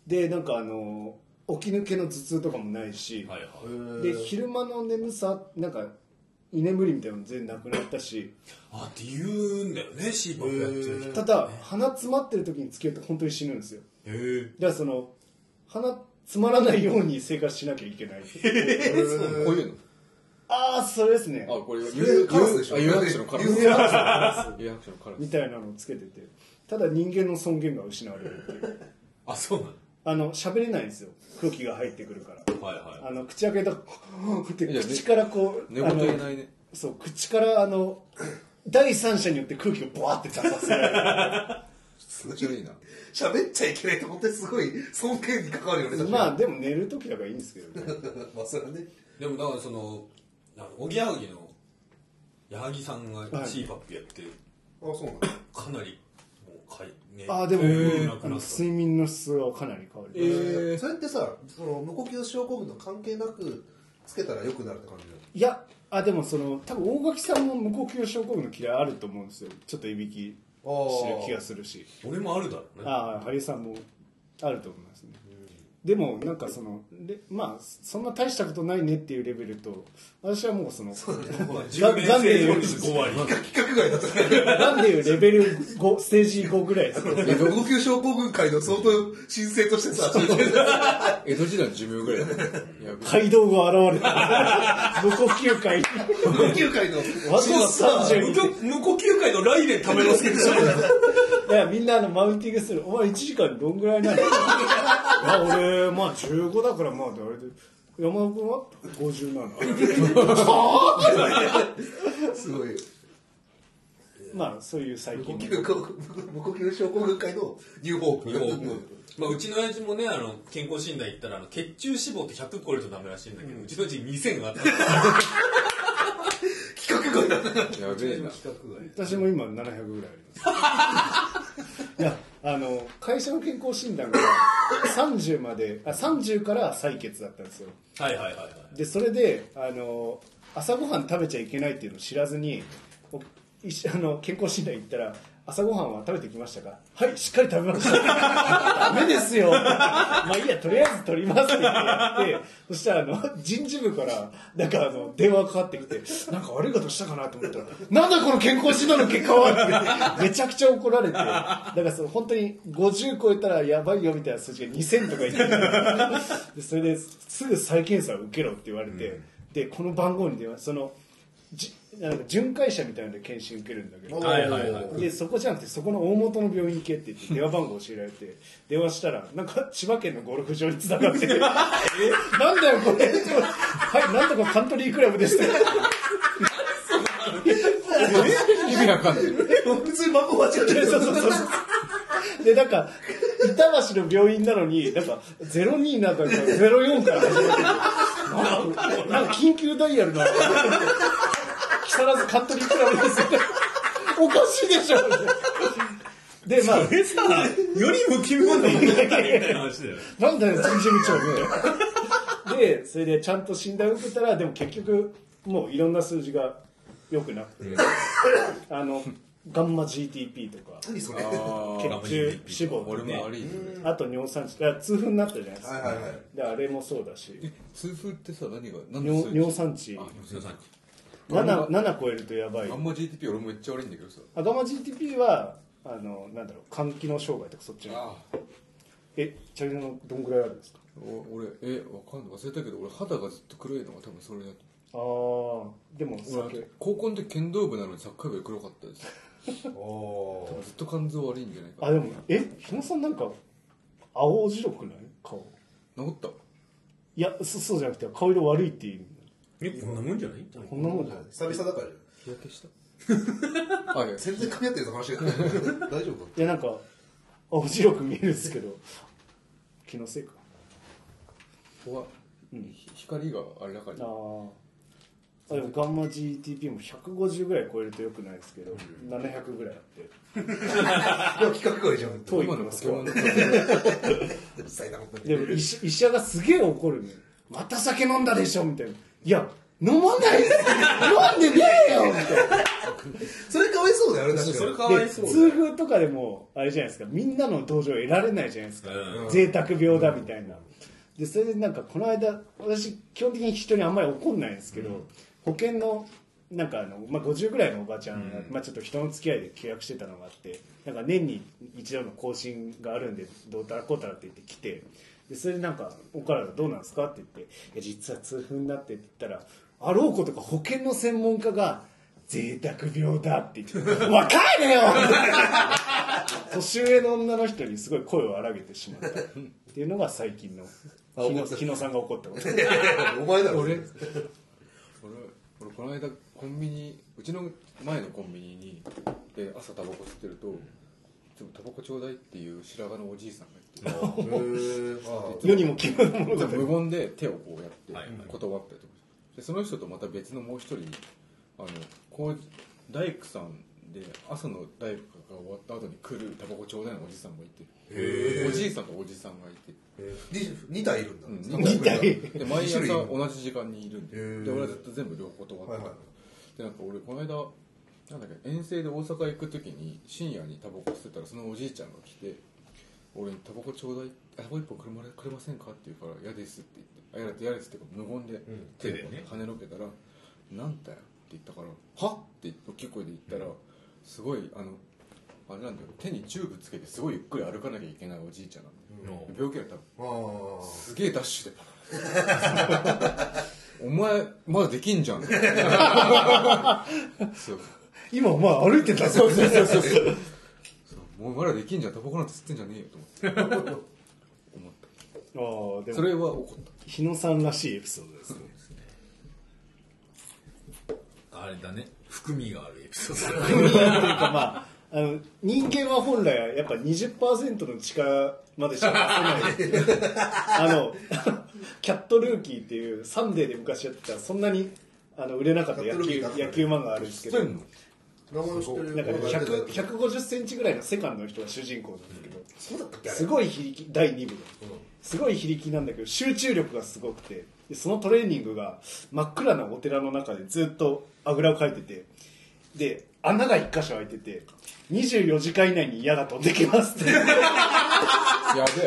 [SPEAKER 1] でなんかあの起き抜けの頭痛とかもないし、
[SPEAKER 2] はいはい
[SPEAKER 1] で昼間の眠さなんか居眠りみたいなのも全然なくなったし
[SPEAKER 2] あって言うんだよね C パッやってる人
[SPEAKER 1] ただ鼻詰まってる時につけると本当に死ぬんですよ
[SPEAKER 2] へえ
[SPEAKER 1] じゃあその鼻つまらないように生活しなきゃいけ ない
[SPEAKER 4] こういうの
[SPEAKER 1] ああそれですね
[SPEAKER 4] あこれ
[SPEAKER 3] それカラスでしょ
[SPEAKER 4] あ有楽町のカラス
[SPEAKER 3] 有楽町
[SPEAKER 4] 有楽町のカラス
[SPEAKER 1] みたいなのをつけててただ人間の尊厳が失われるっていう
[SPEAKER 2] あそうなの
[SPEAKER 1] あの喋れないんですよ空気が入ってくるから
[SPEAKER 2] はいは
[SPEAKER 1] あの口開けたらって
[SPEAKER 4] いやね
[SPEAKER 1] 口からこう
[SPEAKER 4] 寝
[SPEAKER 1] あ
[SPEAKER 4] 言
[SPEAKER 1] の
[SPEAKER 4] 言えないね
[SPEAKER 1] そう 口からあの第三者によって空気をボワって出させられる
[SPEAKER 3] すすご
[SPEAKER 4] ちゃい
[SPEAKER 3] い
[SPEAKER 4] いな
[SPEAKER 3] 喋っちゃいけないと思ってすごい尊敬に関わるよね
[SPEAKER 1] まあでも寝る時だからいいんですけど ね
[SPEAKER 3] まあそれはね
[SPEAKER 2] でもだからそのなんかおぎやはぎの矢作さんが c パップやって
[SPEAKER 3] あそうなん
[SPEAKER 2] かなりもうかいね
[SPEAKER 1] ああでも、
[SPEAKER 2] なく
[SPEAKER 1] あ
[SPEAKER 2] な
[SPEAKER 1] の
[SPEAKER 2] った
[SPEAKER 1] 睡眠の質はかなり変わります、
[SPEAKER 3] えそれってさその無呼吸症候群と関係なくつけたら良くなるって感じ
[SPEAKER 1] いやあでもその多分大垣さんも無呼吸症候群の嫌いあると思うんですよちょっといびきして
[SPEAKER 3] ああ
[SPEAKER 1] る気がするし
[SPEAKER 2] 俺もあるだろうね
[SPEAKER 1] ああハリさんもあると思いますね、でもなんかそのでまあそんな大したことないねっていうレベルと私はもうその
[SPEAKER 2] ほら
[SPEAKER 1] が
[SPEAKER 2] 10年生
[SPEAKER 1] が
[SPEAKER 2] よ
[SPEAKER 1] ん
[SPEAKER 2] り
[SPEAKER 1] で
[SPEAKER 2] 5割
[SPEAKER 3] 企画外だったね
[SPEAKER 1] なんでいうレベル5ステージ5ぐらい ですか
[SPEAKER 3] 無呼吸症候群界の相当申請としてさ
[SPEAKER 4] 江戸時代の寿命ぐらいだねやべえ
[SPEAKER 1] 街道が現れ た無呼吸会
[SPEAKER 3] 無呼吸界の
[SPEAKER 1] わざわざ
[SPEAKER 2] 無
[SPEAKER 1] 32
[SPEAKER 2] 呼無呼吸界のライレンための 助でしょ
[SPEAKER 1] いやみんなあのマウンティングするお前1時間どんぐらいなの いや俺まあ15だからまああれで山田君は57
[SPEAKER 3] すごい
[SPEAKER 1] まあそういう最
[SPEAKER 3] 無呼
[SPEAKER 1] 近
[SPEAKER 3] 吸無呼吸症候群界のニューホープ
[SPEAKER 2] まあ、うちの親父もねあの健康診断行ったらあの血中脂肪って100超えるとダメらしいんだけど、うちのうち2000があった
[SPEAKER 3] 企画外だな
[SPEAKER 4] やべえな
[SPEAKER 1] 私も今700ぐらいあります いやあの会社の健康診断が30まであ30から採血だったんですよ
[SPEAKER 2] はいはいはいはい
[SPEAKER 1] でそれであの朝ごはん食べちゃいけないっていうのを知らずにお一緒あの健康診断行ったら朝ごはんは食べてきましたかはいしっかり食べましたダメですよまあいいやとりあえず取りますって言ってやってそしたらあの人事部からなんかあの電話かかってきてなんか悪いことしたかなと思ったらなんだこの健康診断の結果はってめちゃくちゃ怒られてだからその本当に50超えたらやばいよみたいな数字が2000とか言っててでそれですぐ再検査を受けろって言われて、でこの番号に電話そのじなんか巡回者みたいなので検診受けるんだけど
[SPEAKER 2] はいはいはい
[SPEAKER 1] でそこじゃなくてそこの大元の病院行けって言 って電話番号教えられて電話したらなんか千葉県のゴルフ場につながって えなんだよこれ はいなんとかカントリークラブですって
[SPEAKER 4] 意味わかんない
[SPEAKER 3] 普通に番号間違ってる
[SPEAKER 1] そうそうそうそう でなんか板橋の病院なのになんか02なんか04から始まってるなんか緊急ダイヤルな木更津カントリークラブですおかしいでしょでまあ
[SPEAKER 2] えさより不気味な物語みたいな話だよ
[SPEAKER 1] なんだよ、人事部長みたいな。で、それでちゃんと診断受けたら、でも結局、もういろんな数字が良くなくて、あの、ガンマ GTP とか、
[SPEAKER 3] 何それ
[SPEAKER 1] 血中脂肪
[SPEAKER 4] 俺
[SPEAKER 1] とか
[SPEAKER 4] も悪いね
[SPEAKER 1] あと尿酸値、だから痛風になったじゃないですか。
[SPEAKER 3] はいはいはい
[SPEAKER 1] で、あれもそうだし、
[SPEAKER 4] え痛風ってさ何が何
[SPEAKER 1] 尿尿酸値
[SPEAKER 4] あ
[SPEAKER 2] 吉野さん
[SPEAKER 1] 7、7超えるとやばい
[SPEAKER 4] あ。んま GTP 俺もめっちゃ悪いんだけどさ
[SPEAKER 1] あガンマ GTP は、あの、なんだろう、肝機能障害とかそっちの。え、チャリナのどんぐらいあるんですか
[SPEAKER 4] お俺えわかんない忘れたけど俺肌がずっと黒いのが多分それだと
[SPEAKER 1] ああでも
[SPEAKER 4] 思う
[SPEAKER 1] 酒
[SPEAKER 4] 俺高校の時剣道部なのにサッカー部より黒かったです
[SPEAKER 3] お
[SPEAKER 4] ずっと肝臓悪いんじゃないか
[SPEAKER 1] あでもえ日野さんなんか青白くない顔
[SPEAKER 4] な治った
[SPEAKER 1] いやそそうじゃなくて顔色悪いっていう
[SPEAKER 2] えこんなもんじゃない
[SPEAKER 1] こんなもんじゃない
[SPEAKER 3] 久々だから
[SPEAKER 4] 日焼けした あいや
[SPEAKER 3] 全然噛み合ってるぞ話が大丈夫
[SPEAKER 1] いやなんか青白く見えるんですけど気のせいか
[SPEAKER 4] 怖いひ光があれだか
[SPEAKER 1] あ
[SPEAKER 4] ら
[SPEAKER 1] ーあでもガンマ GTP も150ぐらい超えるとよくないですけど、700ぐらいあって
[SPEAKER 3] かでも企画外じゃん
[SPEAKER 1] 遠い
[SPEAKER 4] 今
[SPEAKER 1] か
[SPEAKER 4] の
[SPEAKER 1] ら
[SPEAKER 4] ポ
[SPEAKER 1] そ
[SPEAKER 4] ケ
[SPEAKER 1] こ
[SPEAKER 4] モ
[SPEAKER 1] は
[SPEAKER 4] ンの感じ
[SPEAKER 3] うるさいな本当に
[SPEAKER 1] でも医師医者がすげえ怒るねまた酒飲んだでしょみたいないや飲まないです飲んでねえよみたいな
[SPEAKER 3] それかわいそうだよね確
[SPEAKER 2] それ
[SPEAKER 3] か
[SPEAKER 2] かわいそうだ
[SPEAKER 1] 痛風とかでもあれじゃないですかみんなの同情を得られないじゃないですか、
[SPEAKER 2] うん
[SPEAKER 1] 贅沢病だみたいな、でそれでなんかこの間私基本的に人にあんまり怒んないんですけど、保険のなんかあの、まあ、50ぐらいのおばちゃんが、まあ、ちょっと人の付き合いで契約してたのがあってなんか年に一度の更新があるんでどうたらこうたらって言って来てでそれでなんか「お体どうなんですか?」って言って「いや実は痛風になって」って言ったらあろうことか保険の専門家が「贅沢病だ」って言って「若いねよ!」年上の女の人にすごい声を荒げてしまったっていうのが最近の
[SPEAKER 3] あ
[SPEAKER 1] 日
[SPEAKER 3] 怒
[SPEAKER 1] 野
[SPEAKER 3] った
[SPEAKER 1] 日野さんが怒ったこと
[SPEAKER 3] お前だろ
[SPEAKER 4] 俺俺俺この間コンビニうちの前のコンビニにで朝タバコ吸ってるとつもタバコちょうだいっていう白髪のおじいさんがいて
[SPEAKER 3] へーあー
[SPEAKER 1] 世にも奇妙なものだ
[SPEAKER 4] 無言で手をこうやって
[SPEAKER 2] はいはい
[SPEAKER 4] 断ったりとかしてでその人とまた別のもう一人あのこう大工さんで朝の大工が終わった後に来るタバコちょうだいのおじさんがいておじいさんとおじさんがいて
[SPEAKER 3] で2体いるんだ、
[SPEAKER 4] うん
[SPEAKER 1] 二体
[SPEAKER 4] で毎朝
[SPEAKER 3] 二種類いる
[SPEAKER 4] 同じ時間にいるんで
[SPEAKER 3] へー
[SPEAKER 4] で俺はずっと全部両方断ってた、
[SPEAKER 3] はいはい
[SPEAKER 4] でなんか俺この間なんだっけ遠征で大阪行く時に深夜にタバコ吸ってたらそのおじいちゃんが来て俺に「タバコちょうだいタバコ一本くれまれくれませんか?」って言うから「嫌です」って言って「あ嫌です」って無言で手で
[SPEAKER 2] 手でね
[SPEAKER 4] 跳ねのけたら「なんだよ」って言ったから「はっ?」って大きい声で言ったらすごいあのあれなんだよ手にチューブつけてすごいゆっくり歩かなきゃいけないおじいちゃんなんだよ
[SPEAKER 2] の
[SPEAKER 4] 病気だったの
[SPEAKER 3] あー
[SPEAKER 4] すげえダッシュで。 お前、まだできんじゃん。そう。
[SPEAKER 1] 今まあ歩いてた そうそうそうそう
[SPEAKER 4] そうもうまだできんじゃん。タバコなんて吸ってんじゃねえよと思って。思っ
[SPEAKER 1] ああで
[SPEAKER 4] た。
[SPEAKER 1] も
[SPEAKER 4] それは怒った。
[SPEAKER 1] 日野さんらしいエピソードですね
[SPEAKER 2] あれだね含みがあるエピソード
[SPEAKER 1] というかまあ あの人間は本来はやっぱ20%の力までしか出せない あの キャットルーキーっていうサンデーで昔やってたそんなにあの売れなかった野
[SPEAKER 3] キャットルーキ
[SPEAKER 1] 球
[SPEAKER 3] ーだった
[SPEAKER 1] 野球漫画あるんですけ
[SPEAKER 4] 知っ
[SPEAKER 1] ど
[SPEAKER 4] てんの
[SPEAKER 3] 名前知ってる
[SPEAKER 1] なんかね、100 150センチぐらいのセカンドの人が主人公なんですけど、
[SPEAKER 3] そうだっけ
[SPEAKER 1] すごい非力第2部すごい非力なんだけど集中力がすごくてでそのトレーニングが真っ暗なお寺の中でずっとあぐらをかいててで穴が1箇所開いてて24時間以内に矢が飛んできますって や
[SPEAKER 4] やべ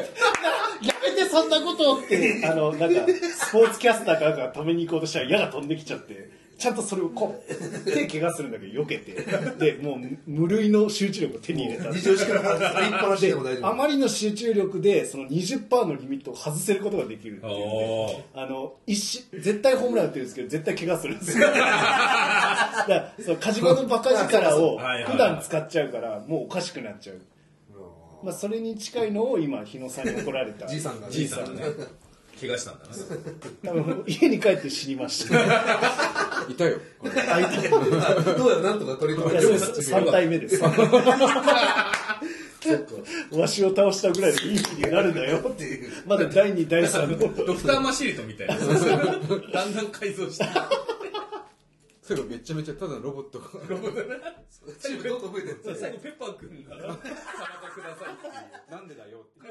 [SPEAKER 1] めてそんなことって あのなんかスポーツキャスターかなんか止めに行こうとしたら矢が飛んできちゃってちゃんとそれをこう手怪我するんだけど避けてでもう無類の集中力を手に入れたっていう
[SPEAKER 3] 二乗しかありっぱなしでも大丈夫
[SPEAKER 1] あまりの集中力でその20%のリミットを外せることができるっていう
[SPEAKER 2] おー
[SPEAKER 1] あの一し絶対ホームラン打ってるんですけど絶対怪我するんですよだからそのカジマのバカ力を
[SPEAKER 2] はいはいはい
[SPEAKER 1] 普段使っちゃうからもうおかしくなっちゃう、まあ、それに近いのを今日野さんに怒られた
[SPEAKER 3] じいさんがね
[SPEAKER 1] じいさんがね
[SPEAKER 2] 怪我したんだな
[SPEAKER 1] 多分家に帰って死にました
[SPEAKER 4] え。いたよ。
[SPEAKER 3] どうやらなんとか取り留
[SPEAKER 1] い
[SPEAKER 3] め
[SPEAKER 1] や
[SPEAKER 3] て
[SPEAKER 1] そう です3体目ですわしを倒したぐらいでいい気になるんだよっていうまだ第2第3の
[SPEAKER 2] ドクターマシリトみたいな だんだん改造して
[SPEAKER 4] それがめちゃめちゃただのロボットが。
[SPEAKER 3] チームどんどん増えてる
[SPEAKER 2] 最後ペッパーくんが「タバコください」っていう
[SPEAKER 4] なんでだよって。